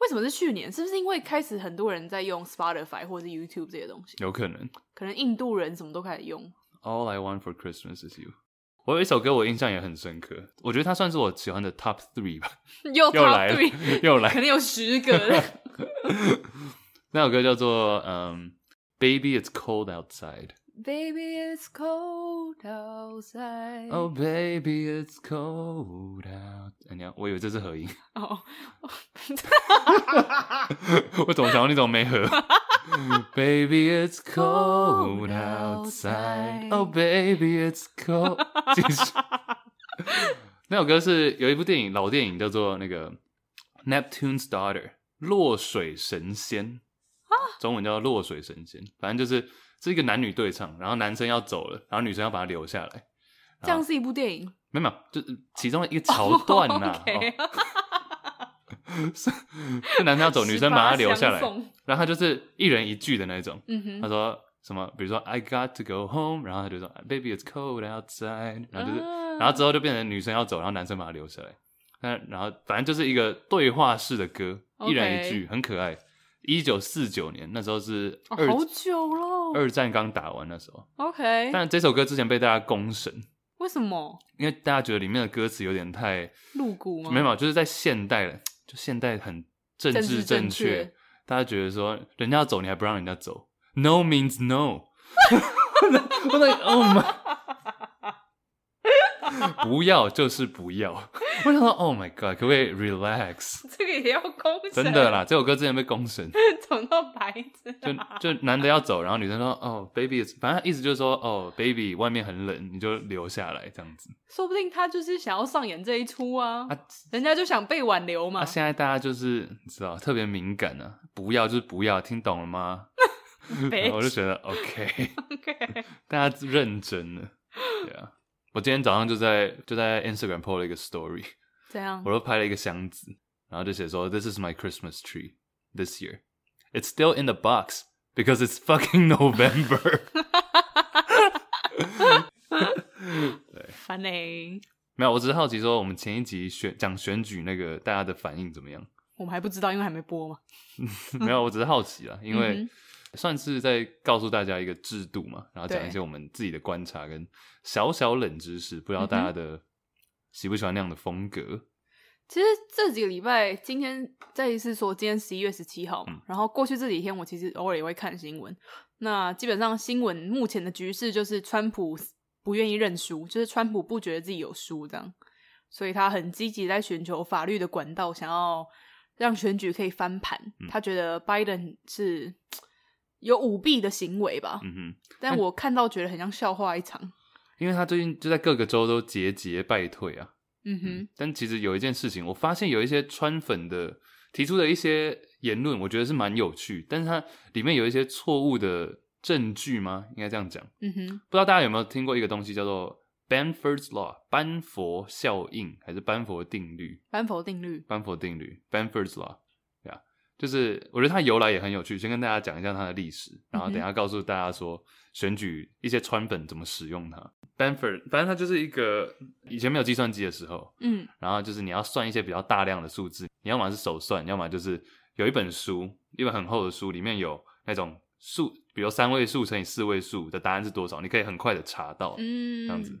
Speaker 2: 为什么是去年？是不是因为开始很多人在用 Spotify 或者是 YouTube 这些东西？
Speaker 1: 有可能。
Speaker 2: 可能印度人什么都开始用。
Speaker 1: All I Want for Christmas is You。我有一首歌，我印象也很深刻，我觉得它算是我喜欢的 Top Three 吧。
Speaker 2: 又
Speaker 1: 又来
Speaker 2: 哦 Top
Speaker 1: 了 [LAUGHS]
Speaker 2: Three，，[LAUGHS]
Speaker 1: 又
Speaker 2: 可
Speaker 1: 来。
Speaker 2: 能有十
Speaker 1: [LAUGHS]
Speaker 2: 个。
Speaker 1: 那首歌叫做嗯、Baby It's Cold Outside。
Speaker 2: Baby, it's cold outside.
Speaker 1: Oh baby it's cold out。哎你看，我以为这是合音，
Speaker 2: 哦，
Speaker 1: [LAUGHS] 我怎么想到那种没合？Baby it's cold
Speaker 2: Cold
Speaker 1: outside。
Speaker 2: outside
Speaker 1: Oh baby it's cold 。 [LAUGHS] 继续。那首歌是有一部电影，老电影叫做那个《Neptune's Daughter》落水神仙
Speaker 2: 啊
Speaker 1: 中文叫落水神仙，反正就是是一个男女对唱，然后男生要走了，然后女生要把他留下来，
Speaker 2: 这样是一部电影。
Speaker 1: 没有没有，就是其中一个桥段呐、
Speaker 2: [LAUGHS] 哦
Speaker 1: 哦
Speaker 2: OK
Speaker 1: [LAUGHS] 是是男生要走，女生把他留下来啊
Speaker 2: 十八，相送
Speaker 1: 然后他就是一人一句的那种，
Speaker 2: 嗯
Speaker 1: 他
Speaker 2: 哼，
Speaker 1: 说什么，比如说 I got to go home，然后他就说 Baby it's cold outside，然后就是。
Speaker 2: 啊
Speaker 1: 然后之后就变成女生要走，然后男生把她留下来。那然后反正就是一个对话式的歌，一
Speaker 2: OK
Speaker 1: 人一句，很可爱。一九四九年那时候是
Speaker 2: 哦
Speaker 1: 二、
Speaker 2: 好久了哦，哦
Speaker 1: 二战刚打完那时候，
Speaker 2: ，OK，
Speaker 1: 但这首歌之前被大家公审，
Speaker 2: 为什么
Speaker 1: 因为大家觉得里面的歌词有点太
Speaker 2: 露骨吗？
Speaker 1: 没有嘛，就是在现代了，就现代很政
Speaker 2: 政
Speaker 1: 治
Speaker 2: 治
Speaker 1: 正
Speaker 2: 正
Speaker 1: 确，
Speaker 2: 确
Speaker 1: 大家觉得说人家要走你还不让人家走，No means no。我那 Oh my，不要就是不要。 [LAUGHS] 我想说 Oh my God，可不可以 [LAUGHS] relax？
Speaker 2: 这个也要公审，
Speaker 1: 真的，啦，这首歌之前被公审，
Speaker 2: 捅到白痴、啊，
Speaker 1: 就就男的要走，然后女生说哦 baby，反正意思就是说哦 baby 外面很冷，你就留下来这样子。
Speaker 2: 说不定他就是想要上演这一出啊，
Speaker 1: 啊
Speaker 2: 人家就想被挽留嘛。
Speaker 1: 啊，现在大家就是你知道特别敏感啊，不要就是不要，听懂了吗？然后 [LAUGHS] 我就觉得 OK， [LAUGHS]
Speaker 2: OK，
Speaker 1: 大家认真了，对啊。我今天早上就在就在 Instagram po 了一个 story，
Speaker 2: 怎样
Speaker 1: 我？又拍了一个箱子，然后就写说 This is my Christmas tree this year. It's still in the box because it's fucking [LAUGHS] November 。
Speaker 2: 烦嘞，
Speaker 1: 没有，我只是好奇说我们前一集选讲选举那个大家的反应怎么样？
Speaker 2: 我们还不知道，因为还没播嘛。
Speaker 1: 没有，我只是好奇啦，因为
Speaker 2: 嗯
Speaker 1: 算是在告诉大家一个制度嘛，然后讲一
Speaker 2: 对
Speaker 1: 些我们自己的观察跟小小冷知识，
Speaker 2: 嗯
Speaker 1: 不知道大家的喜不喜欢那样的风格。
Speaker 2: 其实这几个礼拜，今天再一次说，今天十一月十七号嘛，
Speaker 1: 嗯
Speaker 2: 然后过去这几天，我其实偶尔也会看新闻。那基本上新闻目前的局势就是川普不愿意认输，就是川普不觉得自己有输这样，所以他很积极在寻求法律的管道，想要让选举可以翻盘。
Speaker 1: 嗯
Speaker 2: 他觉得拜登是有舞弊的行为吧，
Speaker 1: 嗯
Speaker 2: 但我看到觉得很像笑话一场。
Speaker 1: 哼，因为他最近就在各个州都节节败退啊。
Speaker 2: 嗯哼，
Speaker 1: 嗯，但其实有一件事情，我发现有一些川粉的提出的一些言论，我觉得是蛮有趣，但是它里面有一些错误的证据吗？应该这样讲。
Speaker 2: 嗯哼，
Speaker 1: 不知道大家有没有听过一个东西叫做 Banford's Law，班佛效应还是班佛定律？
Speaker 2: 班否定律，
Speaker 1: 班佛定律 （Banford's Law），对啊，就是我觉得它由来也很有趣。先跟大家讲一下它的历史，然后等一下告诉大家说选举一些川粉怎么使用它。Banford，反正它就是一个以前没有计算机的时候，
Speaker 2: 嗯
Speaker 1: 然后就是你要算一些比较大量的数字，你要么是手算，要么就是有一本书，一本很厚的书，里面有那种数，比如三位数乘以四位数的答案是多少，你可以很快的查到，
Speaker 2: 嗯，
Speaker 1: 这样子。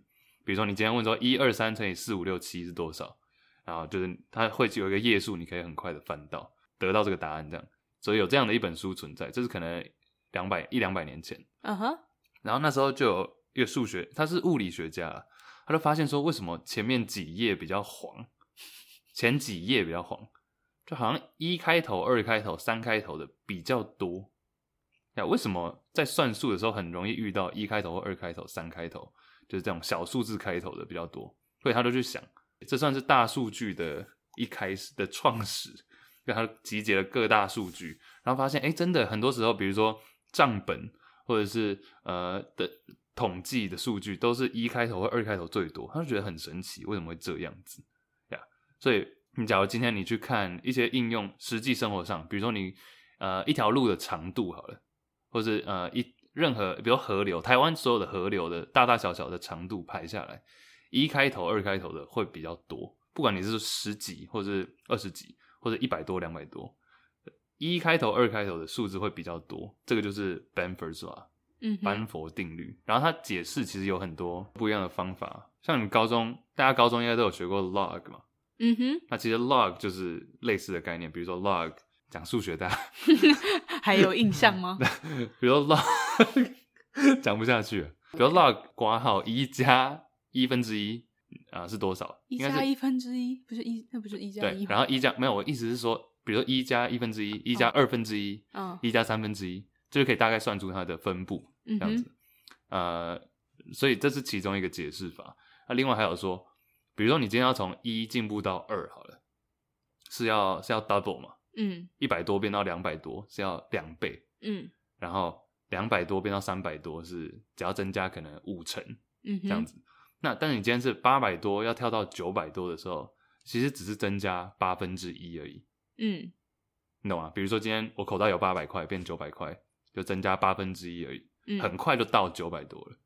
Speaker 1: 比如说你今天问说一二三乘以四五六七是多少，然后就是它会有一个页数，你可以很快的翻到，得到这个答案这样。所以有这样的一本书存在，这是可能两百一两百年前。
Speaker 2: 嗯哼，
Speaker 1: 然后那时候就有一个数学，他是物理学家啦，他就发现说为什么前面几页比较黄，前几页比较黄，就好像一开头、二开头、三开头的比较多。呀，为什么在算数的时候很容易遇到一开头或二开头、三开头，就是这种小数字开头的比较多？所以他就去想，这算是大数据的一开始的创始，就他集结了各大数据，然后发现，哎、真的很多时候，比如说账本或者是呃的统计的数据，都是一开头或二开头最多，他就觉得很神奇，为什么会这样子呀所以你假如今天你去看一些应用，实际生活上，比如说你呃一条路的长度好了，或是呃一任何比如河流，台湾所有的河流的大大小小的长度排下来，一开头、二开头的会比较多，不管你是十几或是二十几或者一百多、两百多。一开头、二开头的数字会比较多，这个就是 Banford's Law
Speaker 2: 嗯哼，
Speaker 1: 班佛定律。然后它解释其实有很多不一样的方法，像你们高中，大家高中应该都有学过 log 嘛，
Speaker 2: 嗯哼，
Speaker 1: 那其实 log 就是类似的概念，比如说 log 讲数学大家，
Speaker 2: [LAUGHS] 还有印象吗？
Speaker 1: [LAUGHS] 比如说 log [LAUGHS] 讲不下去了，比如 log 括号一加一分之一啊是多少？[LAUGHS]
Speaker 2: 一
Speaker 1: 应该
Speaker 2: 加
Speaker 1: 是
Speaker 2: 一分之一，不是一，那不是一加
Speaker 1: 对
Speaker 2: 一，
Speaker 1: 然
Speaker 2: 吗？
Speaker 1: 后一加没有，我意思是说，比如说一加一分之一，一加二分之一，
Speaker 2: 嗯
Speaker 1: 一加三分之一，就是可以大概算出它的分布。
Speaker 2: 嗯
Speaker 1: 这样
Speaker 2: 哼，
Speaker 1: 子。呃，所以这是其中一个解释法。那、另外还有说，比如说你今天要从一进步到二好了，是要是要 double 嘛，
Speaker 2: 嗯
Speaker 1: 一百多变到两百多是要两倍，
Speaker 2: 嗯
Speaker 1: 然后两百多变到三百多是只要增加可能五成
Speaker 2: 嗯
Speaker 1: 这
Speaker 2: 哼，
Speaker 1: 样子。那但是你今天是八百多要跳到九百多的时候，其实只是增加八分之一而已。
Speaker 2: 嗯
Speaker 1: 你懂吗？比如说今天我口袋有八百块，变九百块，就增加八分之一而已。
Speaker 2: 嗯，
Speaker 1: 很快就到九百多了。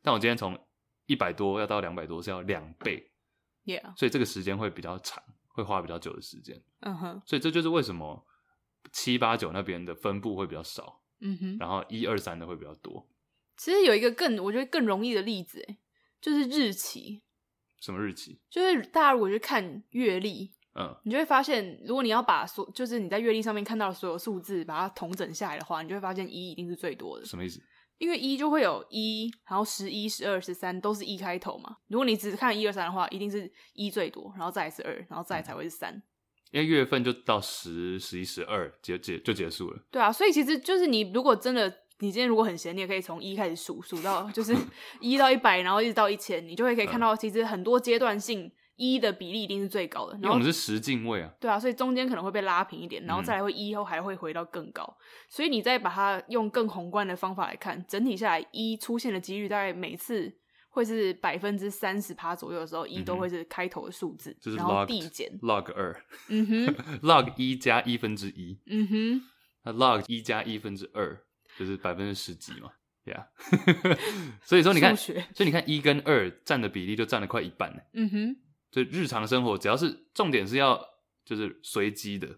Speaker 1: 但我今天从一百多要到两百多是要两倍，
Speaker 2: yeah，
Speaker 1: 所以这个时间会比较长，会花比较久的时间。
Speaker 2: 嗯哼，
Speaker 1: 所以这就是为什么七八九那边的分布会比较少，
Speaker 2: 嗯哼，
Speaker 1: 然后一二三的会比较多。
Speaker 2: 其实有一个更我觉得更容易的例子，哎，就是日期，
Speaker 1: 什么日期？
Speaker 2: 就是大家如果去看月历，
Speaker 1: 嗯，
Speaker 2: 你就会发现，如果你要把所就是你在月历上面看到的所有数字，把它统整下来的话，你就会发现一一定是最多的，
Speaker 1: 什么意思？
Speaker 2: 因为一就会有一，然后十一、十二、十三都是一开头嘛。如果你只看一二三的话，一定是一最多，然后再来是二，然后再来才会是三。
Speaker 1: 因为月份就到十、十一、十二结结就结束了。
Speaker 2: 对啊，所以其实就是你如果真的，你今天如果很闲，你也可以从一开始数，数到就是 [LAUGHS] 一到一百，然后一直到一千，你就会可以看到，其实很多阶段性一的比例一定是最高的。
Speaker 1: 因为
Speaker 2: 然
Speaker 1: 我
Speaker 2: 后
Speaker 1: 们是十进位啊，
Speaker 2: 对啊，所以中间可能会被拉平一点，然后
Speaker 1: 嗯
Speaker 2: 再来会一后还会回到更高。所以你再把它用更宏观的方法来看，整体下来一出现的几率大概每次。会是百分之三十趴左右的时候，一
Speaker 1: 嗯
Speaker 2: 都
Speaker 1: 哼
Speaker 2: 会是开头的数字，
Speaker 1: 就是
Speaker 2: 然后
Speaker 1: log
Speaker 2: 递减。
Speaker 1: log 二 [LAUGHS]
Speaker 2: 嗯哼，
Speaker 1: log 一加一分之一，[LAUGHS]
Speaker 2: 嗯哼，
Speaker 1: 那 log 一加一分之二就是百分之十几嘛，Yeah 。 [LAUGHS] 所以说你看，
Speaker 2: 数
Speaker 1: 所
Speaker 2: 学，
Speaker 1: 以你看一跟二占的比例就占了快一半呢。
Speaker 2: 嗯哼，
Speaker 1: 所以日常生活只要是重点是要就是随机的，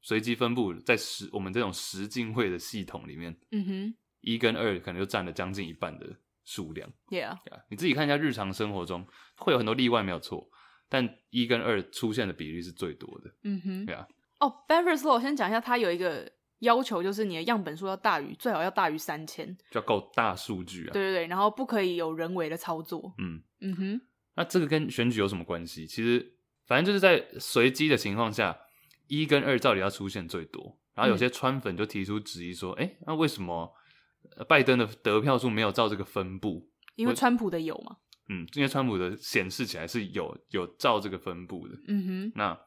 Speaker 1: 随机分布在十我们这种十进会的系统里面，
Speaker 2: 嗯哼
Speaker 1: 一跟二可能就占了将近一半的数量。
Speaker 2: ，Yeah，
Speaker 1: Yeah，你自己看一下日常生活中会有很多例外没有错，但一跟二出现的比率是最多的。
Speaker 2: 嗯哼，
Speaker 1: 对啊，
Speaker 2: 哦 b e v e r s Law，我先讲一下，它有一个要求，就是你的样本数要大于，最好要大于三千。
Speaker 1: 就要够大数据啊。
Speaker 2: 对对对，然后不可以有人为的操作。
Speaker 1: 嗯，
Speaker 2: 嗯哼，
Speaker 1: 那这个跟选举有什么关系？其实反正就是在随机的情况下，一跟二到底要出现最多。然后有些川粉就提出质疑说：“哎、那为什么呃拜登的得票数没有照这个分布？
Speaker 2: 因为川普的有嘛。
Speaker 1: 嗯，因为川普的显示起来是有有照这个分布的。
Speaker 2: 嗯
Speaker 1: 那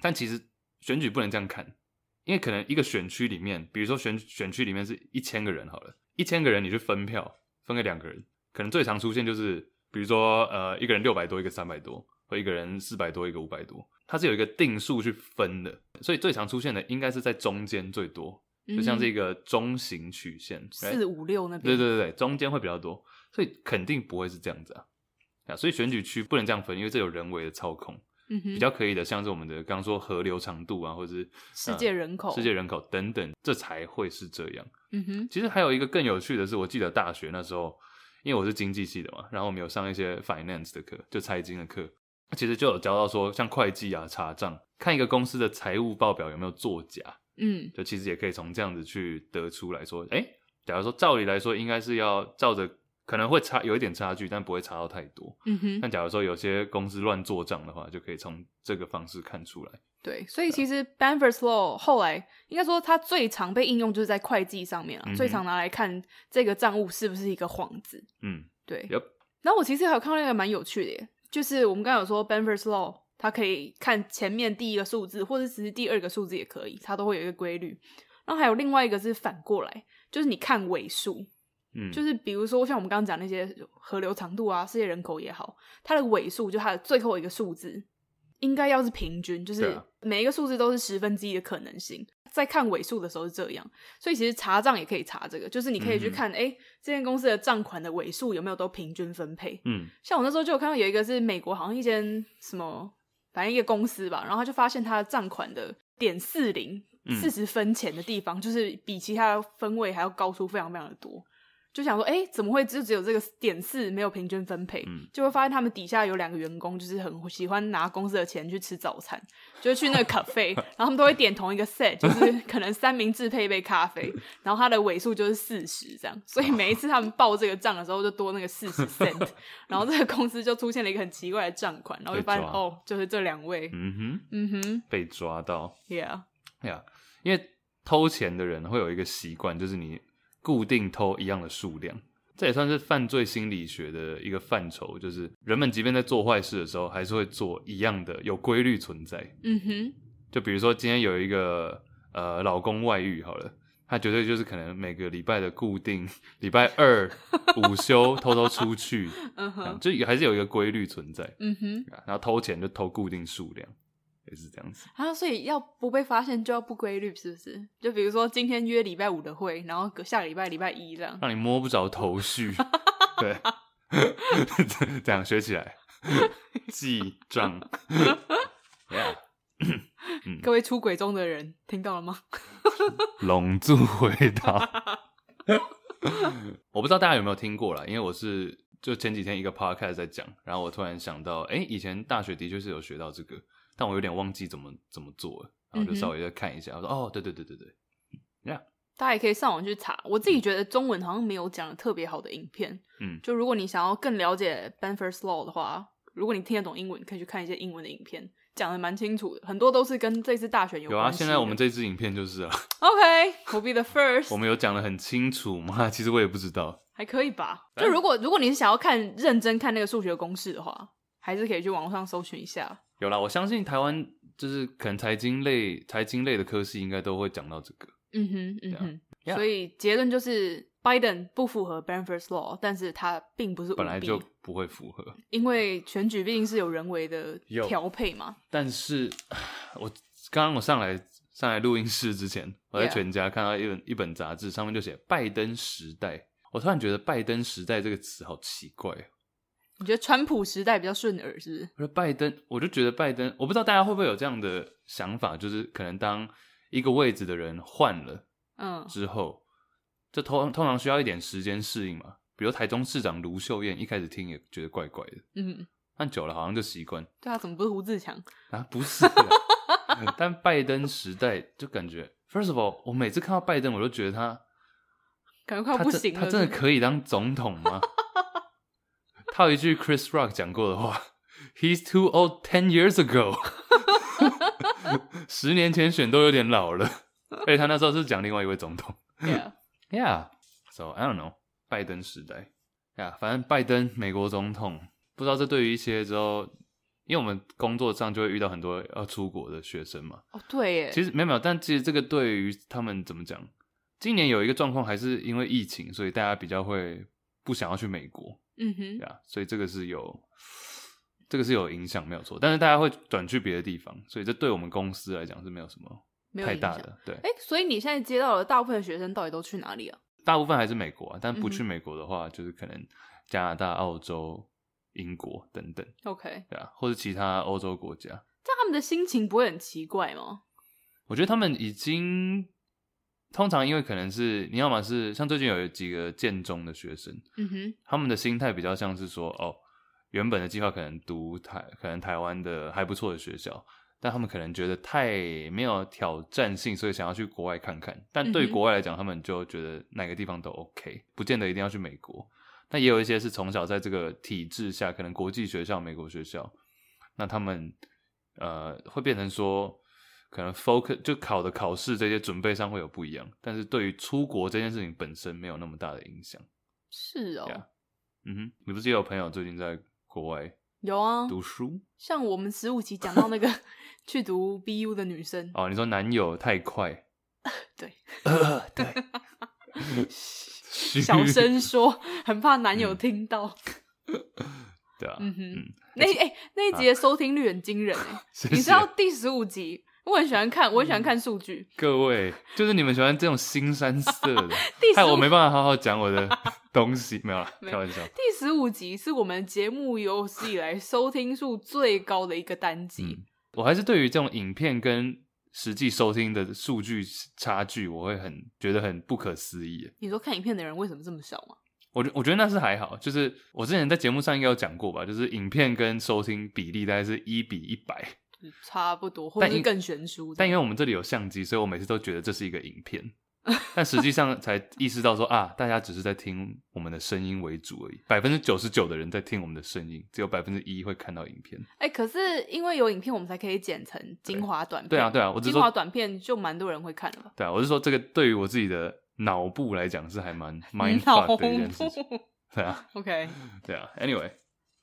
Speaker 1: 但其实选举不能这样看，因为可能一个选区里面，比如说选选区里面是一千个人好了，一千个人你去分票，分给两个人，可能最常出现就是，比如说呃一个人六百多，一个三百多，或一个人四百多，一个五百多，它是有一个定数去分的，所以最常出现的应该是在中间最多，
Speaker 2: 嗯哼，
Speaker 1: 就像是
Speaker 2: 这
Speaker 1: 一个中型曲线，right？
Speaker 2: 四五六那
Speaker 1: 对
Speaker 2: 边。
Speaker 1: 对对对，中间会比较多，所以肯定不会是这样子啊。啊，所以选举区不能这样分，因为这有人为的操控。
Speaker 2: 对，嗯
Speaker 1: 比
Speaker 2: 哼，
Speaker 1: 较可以的，像是我们的刚刚说河流长度啊，或者是
Speaker 2: 世界人口。
Speaker 1: 嗯世界，人口等等，这才会是这样。
Speaker 2: 嗯哼，
Speaker 1: 其实还有一个更有趣的是，我记得大学那时候，因为我是经济系的嘛，然后我们有上一些 finance 的课，就财经的课，其实就有教到说，像会计啊、查账，看一个公司的财务报表有没有作假，
Speaker 2: 嗯
Speaker 1: 就其实也可以从这样子去得出来说，哎、假如说照理来说，应该是要照着。可能会差有一点差距，但不会差到太多。
Speaker 2: 嗯哼，
Speaker 1: 但假如说有些公司乱做账的话，就可以从这个方式看出来。
Speaker 2: 对，所以其实 Banvers Law 后来应该说它最常被应用就是在会计上面啊，
Speaker 1: 嗯哼
Speaker 2: 最常拿来看这个账务是不是一个幌子。
Speaker 1: 嗯
Speaker 2: 对
Speaker 1: Yep
Speaker 2: 然后我其实还有看到一个蛮有趣的耶，就是我们刚刚有说 Benford's Law，它可以看前面第一个数字，或者其实第二个数字也可以，它都会有一个规律。然后还有另外一个是反过来，就是你看尾数，
Speaker 1: 嗯，
Speaker 2: 就是比如说像我们刚刚讲那些河流长度啊、世界人口也好，它的尾数就它的最后一个数字应该要是平均，就
Speaker 1: 对
Speaker 2: 是
Speaker 1: 啊
Speaker 2: 每一个数字都是十分之一的可能性。在看尾数的时候是这样，所以其实查账也可以查这个，就是你可以去
Speaker 1: 嗯哼
Speaker 2: 看，哎、这间公司的账款的尾数有没有都平均分配。
Speaker 1: 嗯
Speaker 2: 像我那时候就有看到有一个是美国好像一间什么，反正一个公司吧，然后他就发现他的账款的点四零
Speaker 1: 嗯
Speaker 2: 四十分钱的地方，就是比其他的分位还要高出非常非常的多。就想说，哎、怎么会就只有这个点四没有平均分配？
Speaker 1: 嗯
Speaker 2: 就会发现他们底下有两个员工，就是很喜欢拿公司的钱去吃早餐，就是去那个 cafe，然后他们都会点同一个 set，就是可能三明治配一杯咖啡， [LAUGHS] 然后它的尾数就是四十这样，所以每一次他们报这个账的时候就多那个四十 cent，然后这个公司就出现了一个很奇怪的账款，然后就发现
Speaker 1: 被抓
Speaker 2: 哦，就是这两位，
Speaker 1: 嗯哼，
Speaker 2: 嗯哼
Speaker 1: 被抓到哎
Speaker 2: ，yeah，
Speaker 1: 呀因为偷钱的人会有一个习惯，就是你固定偷一样的数量，这也算是犯罪心理学的一个范畴，就是人们即便在做坏事的时候，还是会做一样的有规律存在。
Speaker 2: 嗯哼，
Speaker 1: 就比如说今天有一个呃老公外遇好了。他绝对就是可能每个礼拜的固定，礼拜二午休偷偷出去，
Speaker 2: 嗯
Speaker 1: 这样
Speaker 2: 哼，
Speaker 1: 就还是有一个规律存在。
Speaker 2: 嗯哼，
Speaker 1: 然后偷钱就偷固定数量，也是这样子。
Speaker 2: 啊，所以要不被发现就要不规律，是不是？就比如说今天约礼拜五的会，然后隔下个礼拜礼拜一这样，
Speaker 1: 让你摸不着头
Speaker 2: [LAUGHS]
Speaker 1: 绪。对，这样学起来，
Speaker 2: [LAUGHS]
Speaker 1: 记账。y
Speaker 2: 各位出轨中的人听到了吗？
Speaker 1: 龙柱 [LAUGHS] 回答。我不知道大家有没有听过啦，因为我是就前几天一个 podcast 在讲，然后我突然想到，哎、以前大学的确是有学到这个，但我有点忘记怎么怎么做了，然后就
Speaker 2: 嗯哼
Speaker 1: 稍微再看一下，我说哦，对对对对对，
Speaker 2: 大家也可以上网去查。我自己觉得中文好像没有讲的特别好的影片。
Speaker 1: 嗯
Speaker 2: 就如果你想要更了解 Benford's Law 的话，如果你听得懂英文，可以去看一些英文的影片，讲的蛮清楚的，很多都是跟这次大选有
Speaker 1: 有
Speaker 2: 关
Speaker 1: 啊，
Speaker 2: 系
Speaker 1: 现在我们
Speaker 2: 的
Speaker 1: 这支影片就是啊，
Speaker 2: OK，我 be the first，
Speaker 1: 我们有讲的很清楚吗？其实我也不知道。
Speaker 2: 还可以吧？
Speaker 1: 来
Speaker 2: 就如果如果你是想要看认真看那个数学公式的话，还是可以去网络上搜寻一下。
Speaker 1: 有啦，我相信台湾就是可能财经类、财经类的科系应该都会讲到这个。
Speaker 2: 嗯哼，嗯哼。
Speaker 1: 啊 Yeah.
Speaker 2: 所以结论就是，Biden 不符合 Benford's Law，但是他并不是舞弊
Speaker 1: 本来就不会符合。
Speaker 2: 因为选举毕竟是有人为的
Speaker 1: 有
Speaker 2: 调配嘛。
Speaker 1: 但是，我刚刚我上来上来录音室之前，我在
Speaker 2: Yeah.
Speaker 1: 全家看到一本一本杂志，上面就写“拜登时代”。我突然觉得“拜登时代”这个词好奇怪哦。
Speaker 2: 你觉得川普时代比较顺耳，是不是？
Speaker 1: 我说拜登，我就觉得拜登，我不知道大家会不会有这样的想法，就是可能当一个位置的人换了
Speaker 2: 嗯
Speaker 1: 之后，这通通常需要一点时间适应嘛。比如台中市长卢秀燕一开始听也觉得怪怪的，
Speaker 2: 嗯，
Speaker 1: 但久了好像就习惯
Speaker 2: 对啊，怎么不是胡志强？
Speaker 1: 啊，不是啦。
Speaker 2: [LAUGHS]
Speaker 1: 但拜登时代就感觉，first of all，我每次看到拜登，我都觉得
Speaker 2: [LAUGHS]
Speaker 1: 他
Speaker 2: 感觉快要
Speaker 1: 他
Speaker 2: 不
Speaker 1: 真
Speaker 2: 行了
Speaker 1: 他真的
Speaker 2: 是不是
Speaker 1: 可以当总统吗？他有一句 Chris Rock 讲过的话：“He's too old ten years ago。” [LAUGHS] 十年前选都有点老了，而且他那时候是讲另外一位总统。
Speaker 2: Yeah
Speaker 1: Yeah. So I don't know. 拜登时代，Yeah，反正拜登美国总统，不知道这对于一些之后，因为我们工作上就会遇到很多要出国的学生嘛。
Speaker 2: 哦，对耶，
Speaker 1: 其实没有没有，但其实这个对于他们怎么讲，今年有一个状况，还是因为疫情，所以大家比较会不想要去美国
Speaker 2: 嗯哼，
Speaker 1: 呀所以这个是有这个是有影响，没有错。但是大家会转去别的地方，所以这对我们公司来讲是没有什么
Speaker 2: 没有
Speaker 1: 太
Speaker 2: 影
Speaker 1: 大
Speaker 2: 响。
Speaker 1: 的。对，
Speaker 2: 哎，所以你现在接到的大部分的学生到底都去哪里啊？
Speaker 1: 大部分还是美国啊，但不
Speaker 2: 嗯哼
Speaker 1: 去美国的话，就是可能加拿大、澳洲、英国等等，
Speaker 2: OK，
Speaker 1: 对啊，或者其他欧洲国家。
Speaker 2: 这样他们的心情不会很奇怪吗？
Speaker 1: 我觉得他们已经通常因为可能是你要么是像最近有几个建中的学生，
Speaker 2: 嗯哼，
Speaker 1: 他们的心态比较像是说，哦，原本的计划可能读台，可能台湾的还不错的学校，但他们可能觉得太没有挑战性，所以想要去国外看看。但对于
Speaker 2: 嗯哼
Speaker 1: 国外来讲，他们就觉得哪个地方都 OK，不见得一定要去美国。那也有一些是从小在这个体制下，可能国际学校、美国学校，那他们呃会变成说，可能 focus 就考的考试这些准备上会有不一样，但是对于出国这件事情本身没有那么大的影响。
Speaker 2: 是哦
Speaker 1: Yeah 嗯哼，你不是也有朋友最近在国外
Speaker 2: 有啊，
Speaker 1: 读书？
Speaker 2: 像我们十五集讲到那个 [LAUGHS] 去读 BU 的女生，
Speaker 1: 哦，你说男友太快，
Speaker 2: [LAUGHS] 对，
Speaker 1: 呃、 [LAUGHS]
Speaker 2: [LAUGHS]
Speaker 1: 对，
Speaker 2: 小声说，很怕男友听到。
Speaker 1: 对啊，
Speaker 2: 嗯哼
Speaker 1: 嗯，啊
Speaker 2: 那哎、那一集的收听率很惊人哎、
Speaker 1: 谢谢嗯
Speaker 2: 你知道第十五集，我很喜欢看，我很喜欢看数据。
Speaker 1: 各位，就是你们喜欢这种新山色的
Speaker 2: [LAUGHS] 第，十
Speaker 1: 害
Speaker 2: 五
Speaker 1: 我没办法好好讲我
Speaker 2: [LAUGHS]
Speaker 1: 的东西，没有啦，
Speaker 2: 没
Speaker 1: 开
Speaker 2: 有
Speaker 1: 玩笑。
Speaker 2: 第十五集是我们节目有史以来收听数最高的一个单集。
Speaker 1: 嗯我还是对于这种影片跟实际收听的数据差距，我会很觉得很不可思议耶。
Speaker 2: 你说看影片的人为什么这么少吗？
Speaker 1: 我觉我觉得那是还好，就是我之前在节目上应该有讲过吧，就是影片跟收听比例大概是一比一百，
Speaker 2: 差不多，或
Speaker 1: 但
Speaker 2: 者是
Speaker 1: 因
Speaker 2: 更悬殊。
Speaker 1: 但因为我们这里有相机，所以我每次都觉得这是一个影片，但实际上才意识到说啊，大家只是在听我们的声音为主而已。百分之九十九的人在听我们的声音，只有百分之一会看到影片。
Speaker 2: 哎、可是因为有影片，我们才可以剪成精华短片。
Speaker 1: 对啊，对啊，我只是
Speaker 2: 精华
Speaker 1: 说，
Speaker 2: 短片就蛮多人会看的吧。
Speaker 1: 对啊，我是说这个对于我自己的脑部来讲是还
Speaker 2: [LAUGHS]
Speaker 1: 蛮 mind
Speaker 2: 脑
Speaker 1: fuck 的一件
Speaker 2: [LAUGHS]
Speaker 1: 事情。
Speaker 2: 部
Speaker 1: 对啊，
Speaker 2: OK，
Speaker 1: 对啊。Anyway，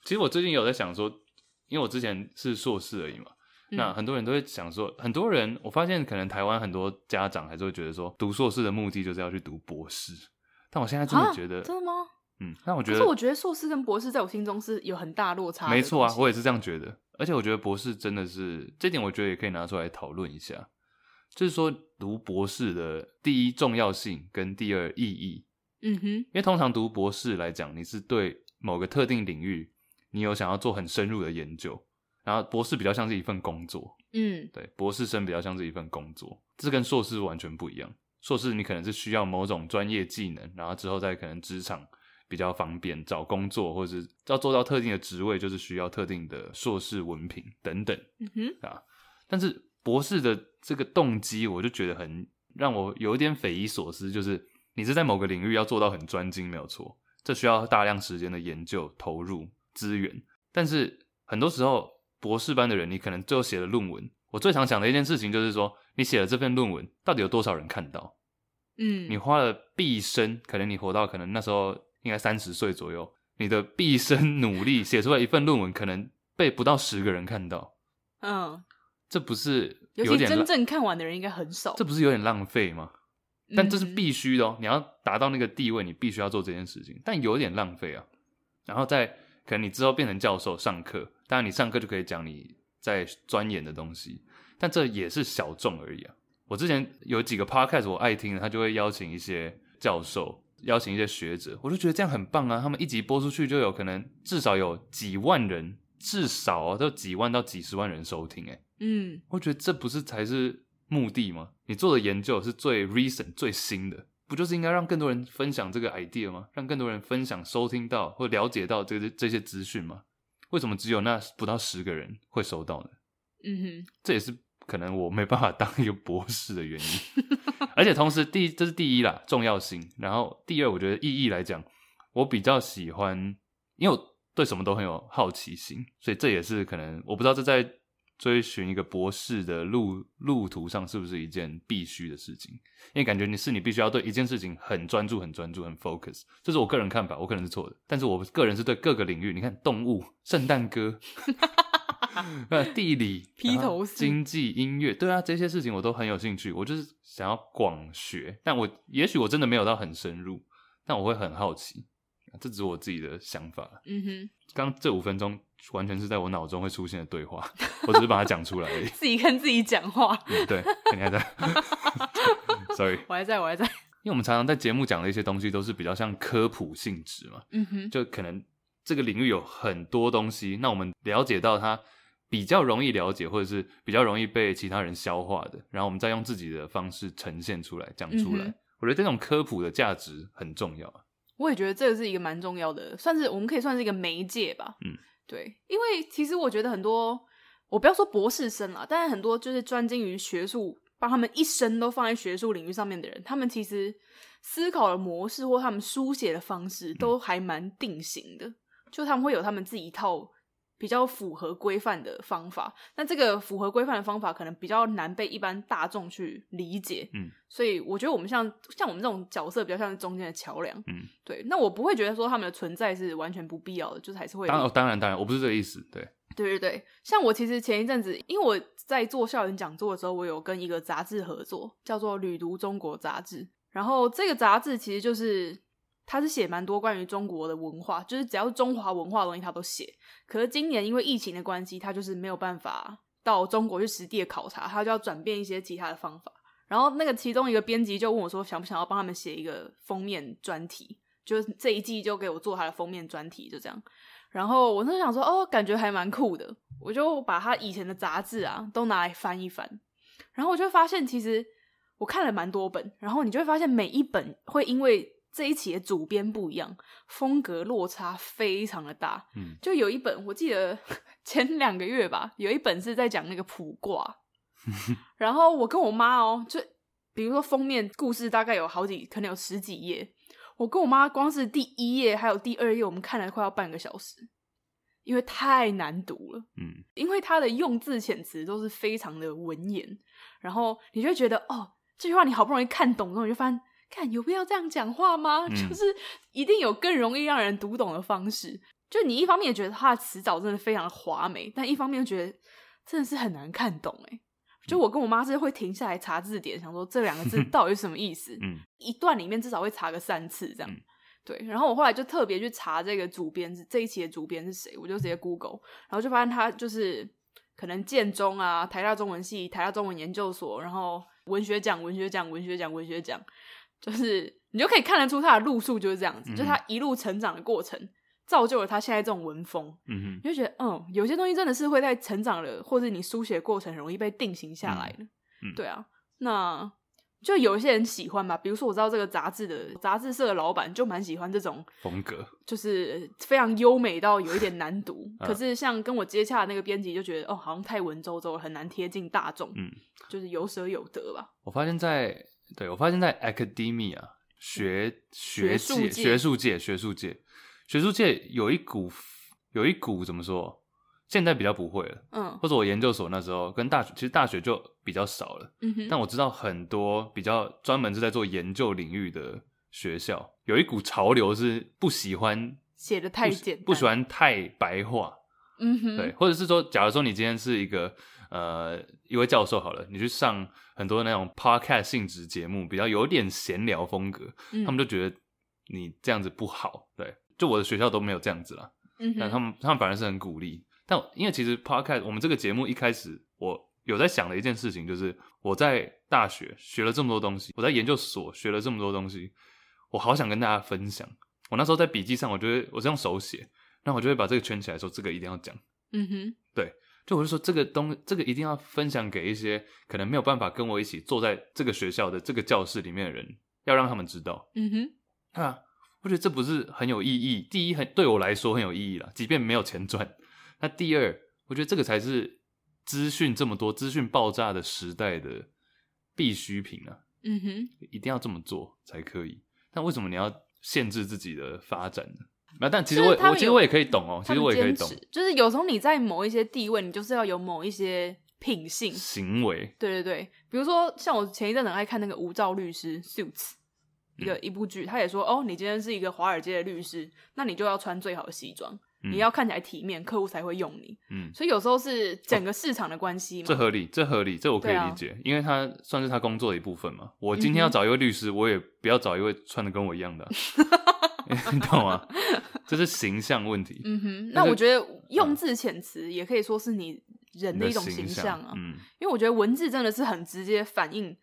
Speaker 1: 其实我最近有在想说，因为我之前是硕士而已嘛，
Speaker 2: 嗯
Speaker 1: 那很多人都会想说，很多人我发现可能台湾很多家长还是会觉得说，读硕士的目的就是要去读博士。但我现在真的
Speaker 2: 啊
Speaker 1: 觉得，
Speaker 2: 真的吗？
Speaker 1: 嗯，但我觉
Speaker 2: 可
Speaker 1: 得，
Speaker 2: 是我觉得硕士跟博士在我心中是有很大落差的东
Speaker 1: 没
Speaker 2: 西。
Speaker 1: 错啊，我也是这样觉得。而且我觉得博士真的是这点，我觉得也可以拿出来讨论一下，就是说读博士的第一重要性跟第二意义。
Speaker 2: 嗯哼，
Speaker 1: 因为通常读博士来讲，你是对某个特定领域，你有想要做很深入的研究，然后博士比较像是一份工作，
Speaker 2: 嗯，
Speaker 1: 对，博士生比较像是一份工作，这跟硕士完全不一样。硕士你可能是需要某种专业技能，然后之后在可能职场比较方便找工作，或者是要做到特定的职位，就是需要特定的硕士文凭等等。
Speaker 2: 嗯哼，
Speaker 1: 但是博士的这个动机，我就觉得很让我有一点匪夷所思，就是你是在某个领域要做到很专精，没有错，这需要大量时间的研究、投入资源。但是很多时候，博士班的人，你可能最后写了论文。我最常讲的一件事情就是说，你写了这份论文，到底有多少人看到？
Speaker 2: 嗯，
Speaker 1: 你花了毕生，可能你活到可能那时候应该三十岁左右，你的毕生努力写出来一份论文，可能被不到十个人看到，
Speaker 2: 嗯，
Speaker 1: 这不是
Speaker 2: 尤
Speaker 1: 有
Speaker 2: 其
Speaker 1: 点
Speaker 2: 真
Speaker 1: 浪
Speaker 2: 正看完的人应该很少，
Speaker 1: 这不是有点浪费吗？但这是
Speaker 2: 嗯
Speaker 1: 必须的哦，你要达到那个地位，你必须要做这件事情，但有点浪费啊。然后再可能你之后变成教授上课，当然你上课就可以讲你在钻研的东西，但这也是小众而已啊。我之前有几个 podcast 我爱听的，他就会邀请一些教授，邀请一些学者，我就觉得这样很棒啊。他们一集播出去就有可能至少有几万人，至少啊都几万到几十万人收听、欸，
Speaker 2: 嗯
Speaker 1: 我觉得这不是才是目的吗？你做的研究是最 recent 最新的，不就是应该让更多人分享这个 idea 吗？让更多人分享、收听到或了解到这个这些资讯吗？为什么只有那不到十个人会收到呢？
Speaker 2: 嗯
Speaker 1: 这也是可能我没办法当一个博士的原因。 [LAUGHS] 而且同时，第一这是第一啦，重要性。然后第二，我觉得意义来讲，我比较喜欢，因为我对什么都很有好奇心，所以这也是可能我不知道这在追寻一个博士的路路途上是不是一件必须的事情，因为感觉你是你必须要对一件事情很专注、很专注、很 focus。这是我个人看法，我可能是错的，但是我个人是对各个领域，你看动物、圣诞
Speaker 2: [LAUGHS]
Speaker 1: 歌。呃，地理、
Speaker 2: 披
Speaker 1: 然后
Speaker 2: 头士
Speaker 1: 经济、音乐，对啊，这些事情我都很有兴趣。我就是想要广学，但我也许我真的没有到很深入，但我会很好奇。这只是我自己的想法。
Speaker 2: 哼，嗯哼，
Speaker 1: 刚这五分钟完全是在我脑中会出现的对话，我只是把它讲出来而已。
Speaker 2: 自己跟自己讲话，
Speaker 1: 嗯对，你还在 [LAUGHS] ？Sorry，
Speaker 2: 我还在我还在，
Speaker 1: 因为我们常常在节目讲的一些东西都是比较像科普性质嘛，
Speaker 2: 嗯哼，
Speaker 1: 就可能这个领域有很多东西，那我们了解到它比较容易了解，或者是比较容易被其他人消化的，然后我们再用自己的方式呈现出来、讲出来。
Speaker 2: 嗯哼
Speaker 1: 我觉得这种科普的价值很重要啊。
Speaker 2: 我也觉得这个是一个蛮重要的，算是我们可以算是一个媒介吧。
Speaker 1: 嗯，
Speaker 2: 对，因为其实我觉得很多，我不要说博士生啦，但是很多就是专精于学术，把他们一生都放在学术领域上面的人，他们其实思考的模式或他们书写的方式
Speaker 1: 嗯
Speaker 2: 都还蛮定型的，就他们会有他们自己一套。比较符合规范的方法，那这个符合规范的方法可能比较难被一般大众去理解，
Speaker 1: 嗯，
Speaker 2: 所以我觉得我们像像我们这种角色比较像是中间的桥梁，
Speaker 1: 嗯，
Speaker 2: 对，那我不会觉得说他们的存在是完全不必要的，就是还是会有
Speaker 1: 当、哦、当然当然，我不是这个意思，对，
Speaker 2: 对对对，像我其实前一阵子，因为我在做校园讲座的时候，我有跟一个杂志合作，叫做《旅读中国》杂志。然后这个杂志其实就是，它是写蛮多关于中国的文化，就是只要是中华文化的东西，它都写。可是今年因为疫情的关系，它就是没有办法到中国去实地的考察，它就要转变一些其他的方法。然后那个其中一个编辑就问我说，想不想要帮他们写一个封面专题？就是这一季就给我做他的封面专题，就这样。然后我那时候想说，哦，感觉还蛮酷的，我就把他以前的杂志啊都拿来翻一翻，然后我就发现，其实我看了蛮多本，然后你就会发现每一本会因为这一期的主编不一样，风格落差非常的大。
Speaker 1: 嗯，
Speaker 2: 就有一本我记得 [LAUGHS] 前两个月吧，有一本是在讲那个卜卦，然后我跟我妈哦，就比如说封面故事大概有好几，可能有十几页，我跟我妈光是第一页还有第二页，我们看了快要半个小时，因为太难读了。
Speaker 1: 嗯，
Speaker 2: 因为它的用字遣词都是非常的文言，然后你就会觉得哦，这句话你好不容易看懂之后，你就发现，看有必要这样讲话吗？
Speaker 1: 嗯
Speaker 2: 就是一定有更容易让人读懂的方式。就你一方面也觉得它的词藻真的非常的华美，但一方面又觉得真的是很难看懂哎、就我跟我妈是会停下来查字典，想说这两个字到底是什么意思。
Speaker 1: 嗯，
Speaker 2: 一段里面至少会查个三次这样。
Speaker 1: 嗯
Speaker 2: 对，然后我后来就特别去查这个主编是这一期的主编是谁，我就直接 Google，然后就发现他就是可能建中啊、台大中文系、台大中文研究所，然后文学奖、文学奖、文学奖、文学奖，就是你就可以看得出他的路数就是这样子，
Speaker 1: 嗯
Speaker 2: 就他一路成长的过程。造就了他现在这种文风。
Speaker 1: 嗯
Speaker 2: 你就觉得，嗯，有些东西真的是会在成长了，或者你书写过程容易被定型下来的。
Speaker 1: 嗯
Speaker 2: 对啊，那就有一些人喜欢吧，比如说我知道这个杂志的杂志社的老板就蛮喜欢这种，
Speaker 1: 哼，风格，
Speaker 2: 就是非常优美到有一点难读。
Speaker 1: [LAUGHS] 嗯
Speaker 2: 可是像跟我接洽的那个编辑就觉得，哦，好像太文绉绉了，很难贴近大众。
Speaker 1: 嗯，
Speaker 2: 就是有舍有得吧。
Speaker 1: 我发现在对我发现在 academia 学学
Speaker 2: 嗯术
Speaker 1: 界
Speaker 2: 界
Speaker 1: 学术界学术界学术界有一股有一股怎么说？现在比较不会了，
Speaker 2: 嗯
Speaker 1: 或者我研究所那时候跟大学，其实大学就比较少了。
Speaker 2: 嗯哼，
Speaker 1: 但我知道很多比较专门是在做研究领域的学校，有一股潮流是不喜欢
Speaker 2: 写的
Speaker 1: 不
Speaker 2: 太
Speaker 1: 喜
Speaker 2: 简单，
Speaker 1: 不喜。欢太白话，
Speaker 2: 嗯哼，
Speaker 1: 对，，或者是说，假如说你今天是一个呃一位教授好了，你去上很多那种 podcast 性质节目，比较有点闲聊风格，
Speaker 2: 嗯、
Speaker 1: 他们就觉得你这样子不好。对，就我的学校都没有这样子啦，
Speaker 2: 嗯
Speaker 1: 但他
Speaker 2: 哼，
Speaker 1: 们他们反而是很鼓励。但因为其实 podcast 我们这个节目一开始，我有在想的一件事情，就是我在大学学了这么多东西，我在研究所学了这么多东西，我好想跟大家分享。我那时候在笔记上，我就会我是用手写，那我就会把这个圈起来说这个一定要讲。
Speaker 2: 嗯哼，
Speaker 1: 就我就说这个东，这个一定要分享给一些可能没有办法跟我一起坐在这个学校的这个教室里面的人，要让他们知道。
Speaker 2: 嗯哼，
Speaker 1: 啊，我觉得这不是很有意义。第一，很对我来说很有意义了，即便没有钱赚。那第二，我觉得这个才是资讯这么多、资讯爆炸的时代的必需品啊，
Speaker 2: 嗯哼。
Speaker 1: 一定要这么做才可以。那为什么你要限制自己的发展呢？那但其实
Speaker 2: 就是
Speaker 1: 我也
Speaker 2: 他们
Speaker 1: 我其实
Speaker 2: 有
Speaker 1: 我也可以懂哦、其
Speaker 2: 他
Speaker 1: 实
Speaker 2: 们
Speaker 1: 我也可以
Speaker 2: 坚
Speaker 1: 懂
Speaker 2: 持，就是有时候你在某一些地位，你就是要有某一些品性。
Speaker 1: 行为，
Speaker 2: 对对对，比如说像我前一阵很爱看那个《无照律师》（Suits）
Speaker 1: 嗯
Speaker 2: 一个、一部剧，他也说哦，你今天是一个华尔街的律师，那你就要穿最好的西装，
Speaker 1: 嗯
Speaker 2: 你要看起来体面，客户才会用你。
Speaker 1: 嗯，
Speaker 2: 所以有时候是整个市场的关系嘛。
Speaker 1: 哦这合理，这合理，这我可以
Speaker 2: 对啊
Speaker 1: 理解，因为他算是他工作的一部分嘛。我今天要
Speaker 2: 嗯哼
Speaker 1: 找一位律师，我也不要找一位穿的跟我一样的啊、
Speaker 2: [LAUGHS]
Speaker 1: [LAUGHS] 你懂吗？这是形象问题，
Speaker 2: 嗯哼，
Speaker 1: 但
Speaker 2: 那
Speaker 1: 是
Speaker 2: 我觉得用字遣词也可以说是你人
Speaker 1: 你
Speaker 2: 的
Speaker 1: 的
Speaker 2: 一种
Speaker 1: 形
Speaker 2: 象啊，
Speaker 1: 嗯
Speaker 2: 因为我觉得文字真的是很直接反映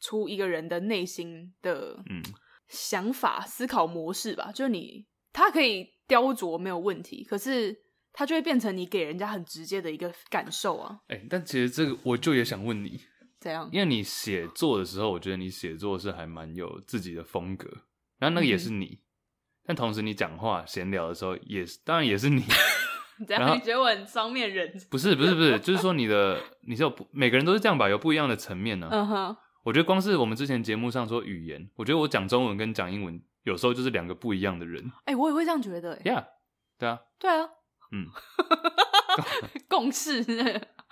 Speaker 2: 出一个人的内心的
Speaker 1: 嗯
Speaker 2: 想法、思考模式吧。就是你，它可以雕琢没有问题，可是它就会变成你给人家很直接的一个感受啊。
Speaker 1: 哎、但其实这个我就也想问你，
Speaker 2: 怎样？ [LAUGHS]
Speaker 1: 因为你写作的时候，我觉得你写作是还蛮有自己的风格，然后那个
Speaker 2: 嗯
Speaker 1: 也是你，但同时你讲话闲聊的时候也是，当然也是你。 [LAUGHS]
Speaker 2: 怎
Speaker 1: 然后
Speaker 2: 样？你觉得我很双面人？
Speaker 1: 不是不是不是，就是说你的你是有不每个人都是这样吧，有不一样的层面呢、
Speaker 2: 嗯哼，
Speaker 1: 我觉得光是我们之前节目上说语言，我觉得我讲中文跟讲英文有时候就是两个不一样的人。
Speaker 2: 哎、我也会这样觉得、哎，
Speaker 1: Yeah，对啊，
Speaker 2: 对啊，
Speaker 1: 嗯，
Speaker 2: [LAUGHS] 共事。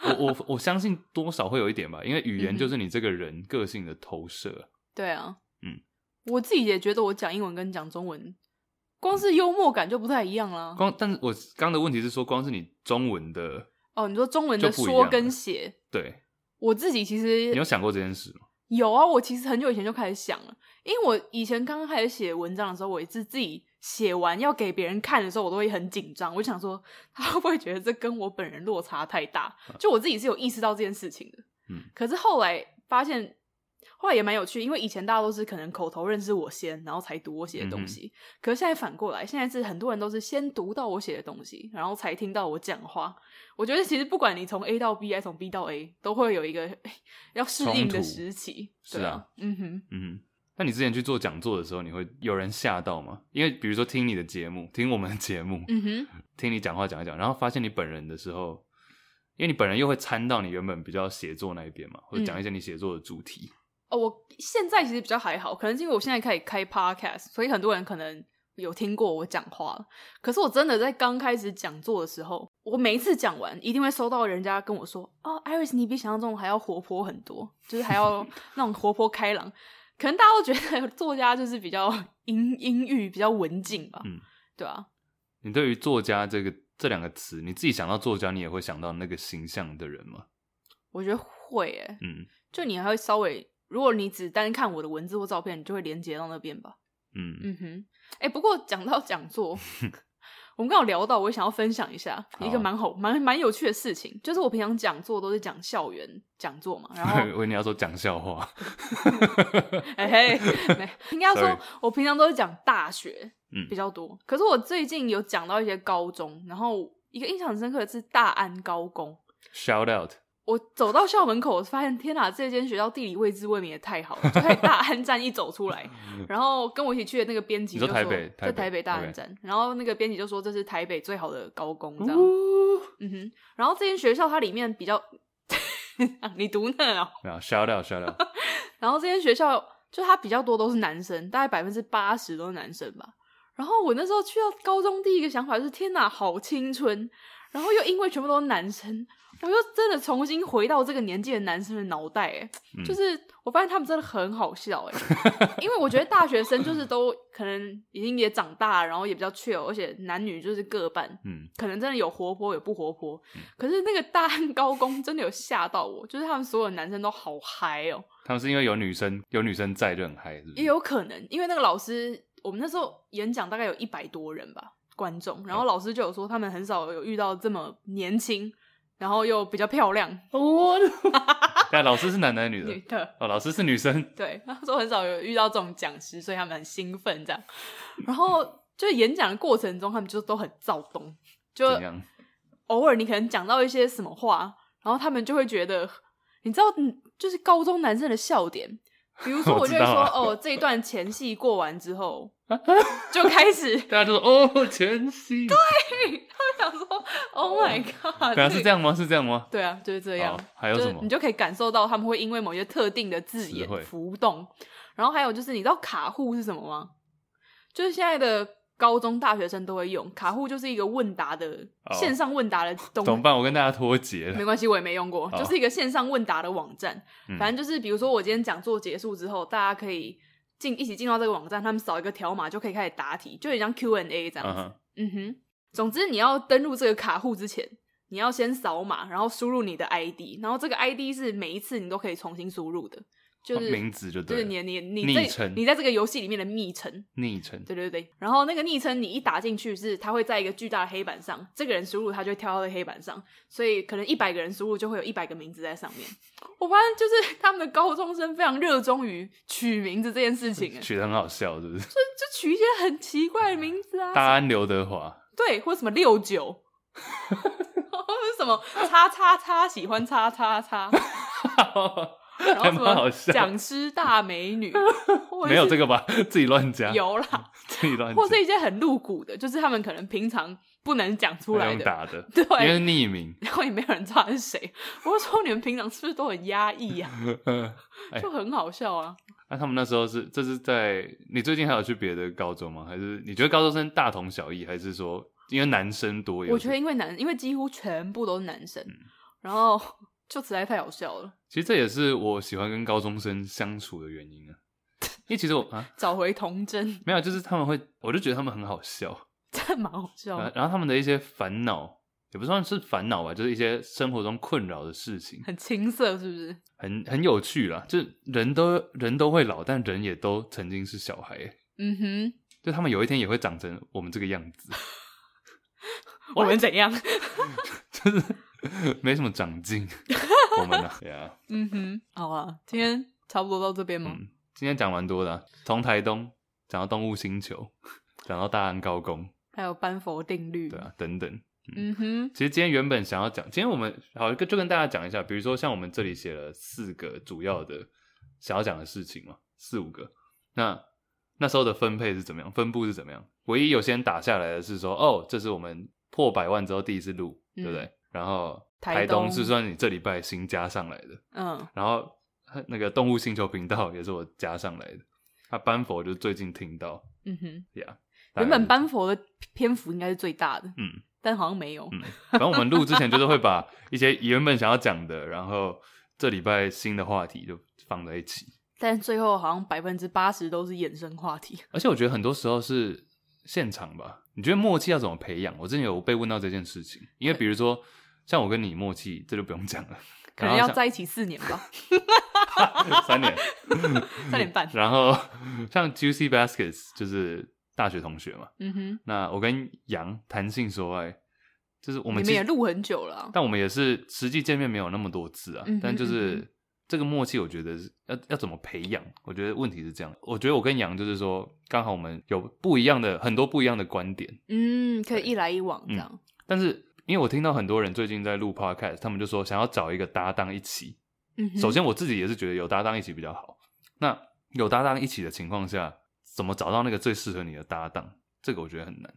Speaker 1: 我我我相信多少会有一点吧，因为语
Speaker 2: 嗯
Speaker 1: 言
Speaker 2: 哼
Speaker 1: 就是你这个人个性的投射。
Speaker 2: 对啊，
Speaker 1: 嗯，
Speaker 2: 我自己也觉得我讲英文跟讲中文，光是幽默感就不太一样
Speaker 1: 啊
Speaker 2: 啦。
Speaker 1: 光，但是我刚的问题是说，光是你中文的，
Speaker 2: 哦，你说中文的
Speaker 1: 就不一
Speaker 2: 说
Speaker 1: 样了
Speaker 2: 跟写，
Speaker 1: 对
Speaker 2: 我自己其实
Speaker 1: 你有想过这件事吗？
Speaker 2: 有啊，我其实很久以前就开始想了，因为我以前刚刚开始写文章的时候，我也是自己写完要给别人看的时候，我都会很紧张。我就想说，他会不会觉得这跟我本人落差太大？就我自己是有意识到这件事情的。
Speaker 1: 嗯，
Speaker 2: 可是后来发现，后来也蛮有趣，因为以前大家都是可能口头认识我先，然后才读我写的
Speaker 1: 嗯
Speaker 2: 东西。可是现在反过来，现在是很多人都是先读到我写的东西，然后才听到我讲话。我觉得其实不管你从 A 到 B 还是从 B 到 A，都会有一个 [LAUGHS] 要适应
Speaker 1: 冲
Speaker 2: 的
Speaker 1: 突
Speaker 2: 时期。
Speaker 1: 是
Speaker 2: 对
Speaker 1: 啊，
Speaker 2: 嗯哼，
Speaker 1: 嗯哼，那你之前去做讲座的时候，你会有人吓到吗？因为比如说听你的节目，听我们的节目，
Speaker 2: 嗯哼，
Speaker 1: 听你讲话讲一讲，然后发现你本人的时候，因为你本人又会掺到你原本比较写作那一边嘛，或者讲
Speaker 2: 嗯
Speaker 1: 一些你写作的主题。
Speaker 2: 哦，我现在其实比较还好，可能是因为我现在开始开 podcast，所以很多人可能有听过我讲话了。可是我真的在刚开始讲座的时候，我每一次讲完，一定会收到人家跟我说：“哦，Iris，你比想象中还要活泼很多，就是
Speaker 1: [LAUGHS]
Speaker 2: 还要那种活泼开朗。”可能大家都觉得作家就是比较阴阴郁、比较文静吧，
Speaker 1: 嗯
Speaker 2: 对啊，
Speaker 1: 你对于作家这个这两个词，你自己想到作家，你也会想到那个形象的人吗？
Speaker 2: 我觉得会诶、
Speaker 1: 嗯
Speaker 2: 就你还会稍微，如果你只单看我的文字或照片，你就会连接到那边吧。
Speaker 1: 嗯，
Speaker 2: 嗯哼，哎、不过讲到讲
Speaker 1: [LAUGHS]
Speaker 2: 座，我们刚好聊到，我也想要分享一下一
Speaker 1: 好啊
Speaker 2: 个蛮好、蛮蛮有趣的事情，就是我平常讲座都是讲校园讲座嘛，
Speaker 1: [LAUGHS]
Speaker 2: 然后
Speaker 1: 我以为你要说讲笑话，
Speaker 2: 哎、嘿，没应该
Speaker 1: Sorry
Speaker 2: 说我平常都是讲大学
Speaker 1: 嗯
Speaker 2: 比较多。可是我最近有讲到一些高中，然后一个印象很深刻的是大安高工。
Speaker 1: Shout out，
Speaker 2: 我走到校门口，我发现天哪，这间学校地理位置未免也太好了！就在大安站一走
Speaker 1: [LAUGHS]
Speaker 2: 出来，然后跟我一起去的那个编辑
Speaker 1: 嗯你
Speaker 2: 就
Speaker 1: 说
Speaker 2: 说，
Speaker 1: 台北台
Speaker 2: 在
Speaker 1: 北
Speaker 2: 台北大安
Speaker 1: OK
Speaker 2: 站，然后那个编辑就说这是台北最好的高工，这样。
Speaker 1: 呜
Speaker 2: 嗯哼，然后这间学校它里面比较， [LAUGHS] 你读那哦。
Speaker 1: 没有 Shout out，Shout out，
Speaker 2: [LAUGHS] 然后这间学校就它比较多都是男生，大概百分之八十都是男生吧。然后我那时候去到高中，第一个想法就是天哪，好青春。然后又因为全部都是男生，我又真的重新回到这个年纪的男生的脑袋，哎、
Speaker 1: 嗯
Speaker 2: 就是我发现他们真的很好笑，哎，因为我觉得大学生就是都可能已经也长大，然后也比较 chill，而且男女就是各半，
Speaker 1: 嗯，
Speaker 2: 可能真的有活泼有不活泼，可是那个大汉高工真的有吓到我，就是他们所有男生都好嗨哦、
Speaker 1: 他们是因为有女生有女生在就很嗨，是不
Speaker 2: 也
Speaker 1: 是？
Speaker 2: 有可能，因为那个老师，我们那时候演讲大概有一百多人吧，观众，
Speaker 1: 哦
Speaker 2: 然后老师就有说他们很少有遇到这么年轻，然后又比较漂亮
Speaker 1: 我，但老师是男的还是女
Speaker 2: 啊女
Speaker 1: 哦的？
Speaker 2: 的，
Speaker 1: 哦，老师是女生，
Speaker 2: 对，他说很少有遇到这种讲师，所以他们很兴奋这样，然后就演讲的过程中，他们就都很躁动， [LAUGHS] 就
Speaker 1: 怎样？
Speaker 2: 偶尔你可能讲到一些什么话，然后他们就会觉得，你知道，嗯就是高中男生的笑点。比如
Speaker 1: [LAUGHS]
Speaker 2: 说，
Speaker 1: 我
Speaker 2: 我就
Speaker 1: 知
Speaker 2: 会
Speaker 1: 道
Speaker 2: 说，
Speaker 1: 啊
Speaker 2: 哦，这一段前戏过完之后，
Speaker 1: [LAUGHS]
Speaker 2: 就开始 [LAUGHS]
Speaker 1: 大家就说哦，前戏，对，
Speaker 2: 啊想说，Oh my
Speaker 1: [LAUGHS]
Speaker 2: god！
Speaker 1: 本来啊是这样吗？是这样吗？
Speaker 2: 对啊，就是这样
Speaker 1: 好。还有
Speaker 2: 就是
Speaker 1: 什么
Speaker 2: 你就可以感受到他们会因为某些特定的字眼
Speaker 1: 词汇
Speaker 2: 浮动。然后还有就是，你知道卡户是什么吗？就是现在的高中大学生都会用卡户，就是一个问答的、
Speaker 1: 哦
Speaker 2: 线上问答的东
Speaker 1: 怎么办？我跟大家脱节了
Speaker 2: 没。关系，我也没用过，
Speaker 1: 哦
Speaker 2: 就是一个线上问答的网站。
Speaker 1: 嗯
Speaker 2: 反正就是，比如说我今天讲座结束之后，大家可以进一起进到这个网站，他们扫一个条码就可以开始答题，就很像 Q&A 这样
Speaker 1: 嗯
Speaker 2: 子。
Speaker 1: 哼，
Speaker 2: 嗯哼，总之你要登录这个卡户之前，你要先扫码，然后输入你的 ID，然后这个 ID 是每一次你都可以重新输入的，就
Speaker 1: 哦
Speaker 2: 是、
Speaker 1: 名字就
Speaker 2: 就
Speaker 1: 对
Speaker 2: 是
Speaker 1: 了，
Speaker 2: 你的你你在
Speaker 1: 昵称
Speaker 2: 你在这个游戏里面的昵称，
Speaker 1: 昵称
Speaker 2: 对对对。然后那个昵称你一打进去是，它会在一个巨大的黑板上，这个人输入他就会跳到那个黑板上，所以可能一百个人输入就会有一百个名字在上面。我发现就是 [LAUGHS] 他们的高中生非常热衷于取名字这件
Speaker 1: [LAUGHS]
Speaker 2: 事情，哎就
Speaker 1: 取得很好笑，是不是？
Speaker 2: 就取一些很奇怪的名字啊，
Speaker 1: 大安刘德华，
Speaker 2: 对，或什么六九， [LAUGHS] 或者什么叉叉叉喜欢叉叉叉，然后
Speaker 1: 还
Speaker 2: 什
Speaker 1: 蛮好
Speaker 2: 么
Speaker 1: 笑
Speaker 2: 讲师大
Speaker 1: [LAUGHS]
Speaker 2: 美女，或者
Speaker 1: 没有
Speaker 2: 是
Speaker 1: 这个啊吧？ [LAUGHS] 自己乱加，
Speaker 2: 有啦，
Speaker 1: [LAUGHS] 自己乱加，
Speaker 2: 或是一些很露骨的，就是他们可能平常不能讲出来
Speaker 1: 用
Speaker 2: 的，
Speaker 1: 打的，
Speaker 2: [LAUGHS] 对，
Speaker 1: 因为是匿
Speaker 2: [LAUGHS]
Speaker 1: 名。
Speaker 2: 然后也没有人知道他是谁。我就说你们平常是不是都很压抑呀、
Speaker 1: 哎
Speaker 2: 就很好笑啊。
Speaker 1: 那他们那时候是，这是在你最近还有去别的高中吗？还是你觉得高中生大同小异，还是说因为男生多？
Speaker 2: 我觉得因为男，因为几乎全部都是男生，
Speaker 1: 嗯
Speaker 2: 然后就实在太好笑了。
Speaker 1: 其实这也是我喜欢跟高中生相处的原因啊。 [LAUGHS] 因为其实我啊，
Speaker 2: 找回童真，
Speaker 1: 没有，就是他们会，我就觉得他们很好笑，
Speaker 2: 真的蛮好
Speaker 1: 然
Speaker 2: 笑
Speaker 1: 后
Speaker 2: 的，
Speaker 1: 然后他们的一些烦恼，也不算是烦恼吧，就是一些生活中困扰的事情，
Speaker 2: 很青涩，是不是？
Speaker 1: 很很有趣啦。就是人都人都会老，但人也都曾经是小孩欸，
Speaker 2: 嗯哼，
Speaker 1: 就他们有一天也会长成我们这个样子， [LAUGHS]
Speaker 2: 我们怎样？
Speaker 1: 就是没什么长进。我们啊，对啊，
Speaker 2: 嗯哼，好啊，今天差不多到这边吗？
Speaker 1: 嗯今天讲蛮多的啊、从台东讲到动物星球，讲到大安高工，
Speaker 2: 还有班佛定律，
Speaker 1: 对啊，等等。
Speaker 2: 嗯哼，
Speaker 1: 其实今天原本想要讲，今天我们好跟就跟大家讲一下，比如说像我们这里写了四个主要的想要讲的事情嘛，四五个。那那时候的分配是怎么样？分布是怎么样？唯一有先打下来的是说，哦，这是我们破百万之后第一次录，
Speaker 2: 嗯
Speaker 1: 对不对？然后
Speaker 2: 台
Speaker 1: 台东
Speaker 2: 东
Speaker 1: 是算你这礼拜新加上来的，
Speaker 2: 嗯，
Speaker 1: 然后呃那个动物星球频道也是我加上来的。他班佛就最近听到
Speaker 2: 嗯哼，
Speaker 1: 呀，
Speaker 2: 原本
Speaker 1: 大概
Speaker 2: 班佛的篇幅应该是最大的，
Speaker 1: 嗯，
Speaker 2: 但好像没有，
Speaker 1: 嗯，反正我们录之前就是会把一些原本想要讲的，然后这礼拜新的话题就放在一起。
Speaker 2: 但最后好像百分之八十都是衍生话题。
Speaker 1: 而且我觉得很多时候是现场吧，你觉得默契要怎么培养？我之前有被问到这件事情，因为比如说像我跟你默契，这就不用讲了，
Speaker 2: 可能要在一起四年
Speaker 1: [LAUGHS]
Speaker 2: 吧，
Speaker 1: 三年。
Speaker 2: 三年半。
Speaker 1: 然后像 Juicy Baskets 就是大学同学嘛，
Speaker 2: 嗯哼，
Speaker 1: 那我跟杨弹性说爱，就是我
Speaker 2: 你
Speaker 1: 们
Speaker 2: 们
Speaker 1: 其实
Speaker 2: 也录很久了啊、
Speaker 1: 但我们也是实际见面没有那么多次啊，
Speaker 2: 嗯哼
Speaker 1: 但就
Speaker 2: 嗯
Speaker 1: 是这个默契，我觉得是要要怎么培养？我觉得问题是这样，我觉得我跟杨就是说，刚好我们有不一样的很多不一样的观点，
Speaker 2: 嗯，可以一来一往这样。
Speaker 1: 但是因为我听到很多人最近在录 podcast，他们就说想要找一个搭档一起。
Speaker 2: 嗯哼，
Speaker 1: 首先我自己也是觉得有搭档一起比较好。那有搭档一起的情况下，怎么找到那个最适合你的搭档？这个我觉得很难。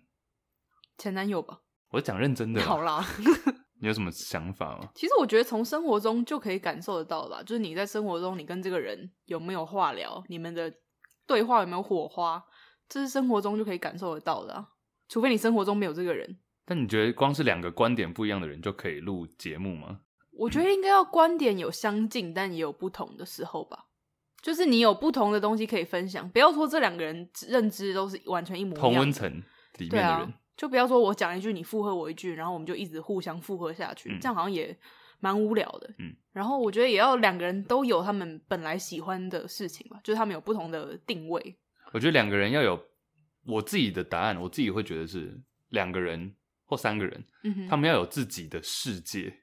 Speaker 2: 前男友吧，
Speaker 1: 我讲认真的啦，
Speaker 2: 好啦。 [LAUGHS]
Speaker 1: 你有什么想法吗？
Speaker 2: 其实我觉得从生活中就可以感受得到吧，就是你在生活中你跟这个人有没有话聊，你们的对话有没有火花，这是生活中就可以感受得到的、啊。除非你生活中没有这个人，
Speaker 1: 但你觉得光是两个观点不一样的人就可以录节目吗？
Speaker 2: 我觉得应该要观点有相近，但也有不同的时候吧。就是你有不同的东西可以分享，不要说这两个人认知都是完全一模一样的。
Speaker 1: 同温层里
Speaker 2: 对
Speaker 1: 面的人，
Speaker 2: 啊，就不要说我讲一句，你附和我一句，然后我们就一直互相附和下去，
Speaker 1: 嗯
Speaker 2: 这样好像也蛮无聊的。
Speaker 1: 嗯，
Speaker 2: 然后我觉得也要两个人都有他们本来喜欢的事情吧，就是他们有不同的定位。
Speaker 1: 我觉得两个人要有我自己的答案，我自己会觉得是两个人或三个人，
Speaker 2: 嗯哼，
Speaker 1: 他们要有自己的世界，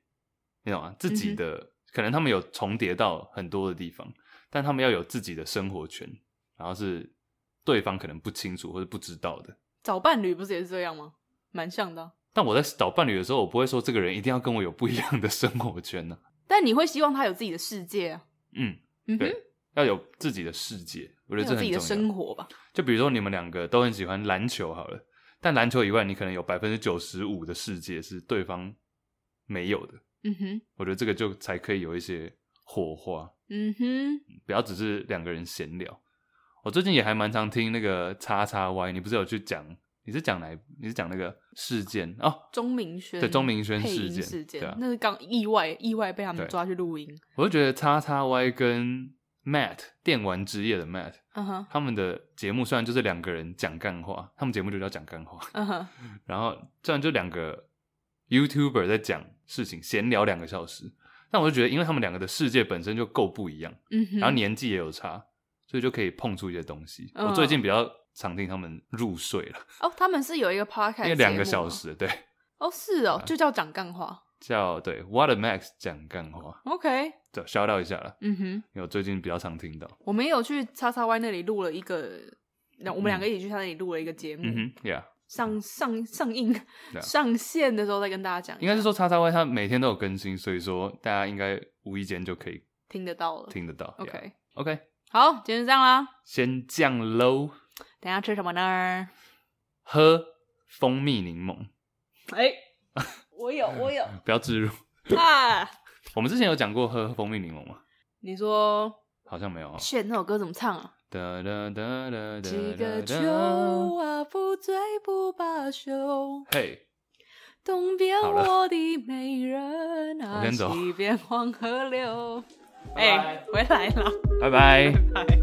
Speaker 1: 你懂吗？自己
Speaker 2: 嗯哼
Speaker 1: 的、可能他们有重叠到很多的地方，但他们要有自己的生活圈，然后是对方可能不清楚或者不知道的。
Speaker 2: 找伴侣不是也是这样吗？蛮像的啊、
Speaker 1: 但我在找伴侣的时候，我不会说这个人一定要跟我有不一样的生活圈呢、
Speaker 2: 但你会希望他有自己的世界啊，
Speaker 1: 嗯，
Speaker 2: 嗯哼
Speaker 1: 对，，要有自己的世界，我觉得
Speaker 2: 有
Speaker 1: 这
Speaker 2: 自
Speaker 1: 很
Speaker 2: 己的
Speaker 1: 重要
Speaker 2: 生。活吧。
Speaker 1: 就比如说你们两个都很喜欢篮球好了，但篮球以外，你可能有百分之九十五的世界是对方没有的。
Speaker 2: 嗯哼，
Speaker 1: 我觉得这个就才可以有一些火花，
Speaker 2: 嗯哼，
Speaker 1: 不要只是两个人闲聊。我最近也还蛮常听那个叉叉 Y，你不是有去讲？你是讲哪一？你是讲那个事件哦？
Speaker 2: 钟明轩
Speaker 1: 对钟明轩
Speaker 2: 配
Speaker 1: 事
Speaker 2: 音
Speaker 1: 件
Speaker 2: 事件，
Speaker 1: 对啊
Speaker 2: 那是刚意外意外被他们
Speaker 1: 对
Speaker 2: 抓去录音。
Speaker 1: 我就觉得叉叉 Y 跟 Matt 电玩之夜的 Matt，
Speaker 2: 嗯哼，
Speaker 1: 他们的节目虽然就是两个人讲干话，他们节目就叫讲干话，
Speaker 2: 嗯哼，
Speaker 1: 然后虽然就两个 YouTuber 在讲事情，闲聊两个小时，但我就觉得，因为他们两个的世界本身就够不一样，
Speaker 2: 嗯哼，
Speaker 1: 然后年纪也有差，所以就可以碰出一些东西。
Speaker 2: 嗯
Speaker 1: 我最近比较常听他们入睡了，
Speaker 2: 哦，他们是有一个 podcast，
Speaker 1: 因为两个
Speaker 2: 节目
Speaker 1: 小
Speaker 2: 吗
Speaker 1: 时，对，
Speaker 2: 哦，是哦
Speaker 1: 啊，
Speaker 2: 就叫讲干话。
Speaker 1: 叫对 What a Max 讲干话，
Speaker 2: OK，
Speaker 1: 对，消掉一下了，
Speaker 2: 嗯哼，
Speaker 1: 因为我最近比较常听到。
Speaker 2: 我们也有去叉叉 Y 那里录了一个，那我们两个一起去他那里录了一个节目，
Speaker 1: 嗯哼，Yeah，
Speaker 2: 上上上映、
Speaker 1: 对啊
Speaker 2: 上线的时候再跟大家讲，
Speaker 1: 应该是说叉叉 Y 他每天都有更新，所以说大家应该无意间就可以
Speaker 2: 听得到了。
Speaker 1: 听得到。
Speaker 2: OK，、
Speaker 1: yeah OK，
Speaker 2: 好，今天就这样啦。
Speaker 1: 先降喽，
Speaker 2: 等一下吃什么呢？
Speaker 1: 喝蜂蜜柠檬，
Speaker 2: 哎、
Speaker 1: [LAUGHS]
Speaker 2: 我有，我有
Speaker 1: 不要置入。 [LAUGHS]
Speaker 2: 啊！
Speaker 1: 我们之前有讲过喝蜂蜜柠檬吗？
Speaker 2: 你说，
Speaker 1: 好像没有哦。
Speaker 2: 炫那首歌怎么唱啊？
Speaker 1: 哒哒哒哒哒
Speaker 2: 几
Speaker 1: 哒
Speaker 2: 个秋
Speaker 1: 哒。
Speaker 2: 啊，不醉不罢休。
Speaker 1: 嘿。
Speaker 2: 东边
Speaker 1: 好了
Speaker 2: 我的美人啊，
Speaker 1: 我先走 [LAUGHS]
Speaker 2: 西边黄河流。哎、回来了，
Speaker 1: 拜拜。
Speaker 2: 拜。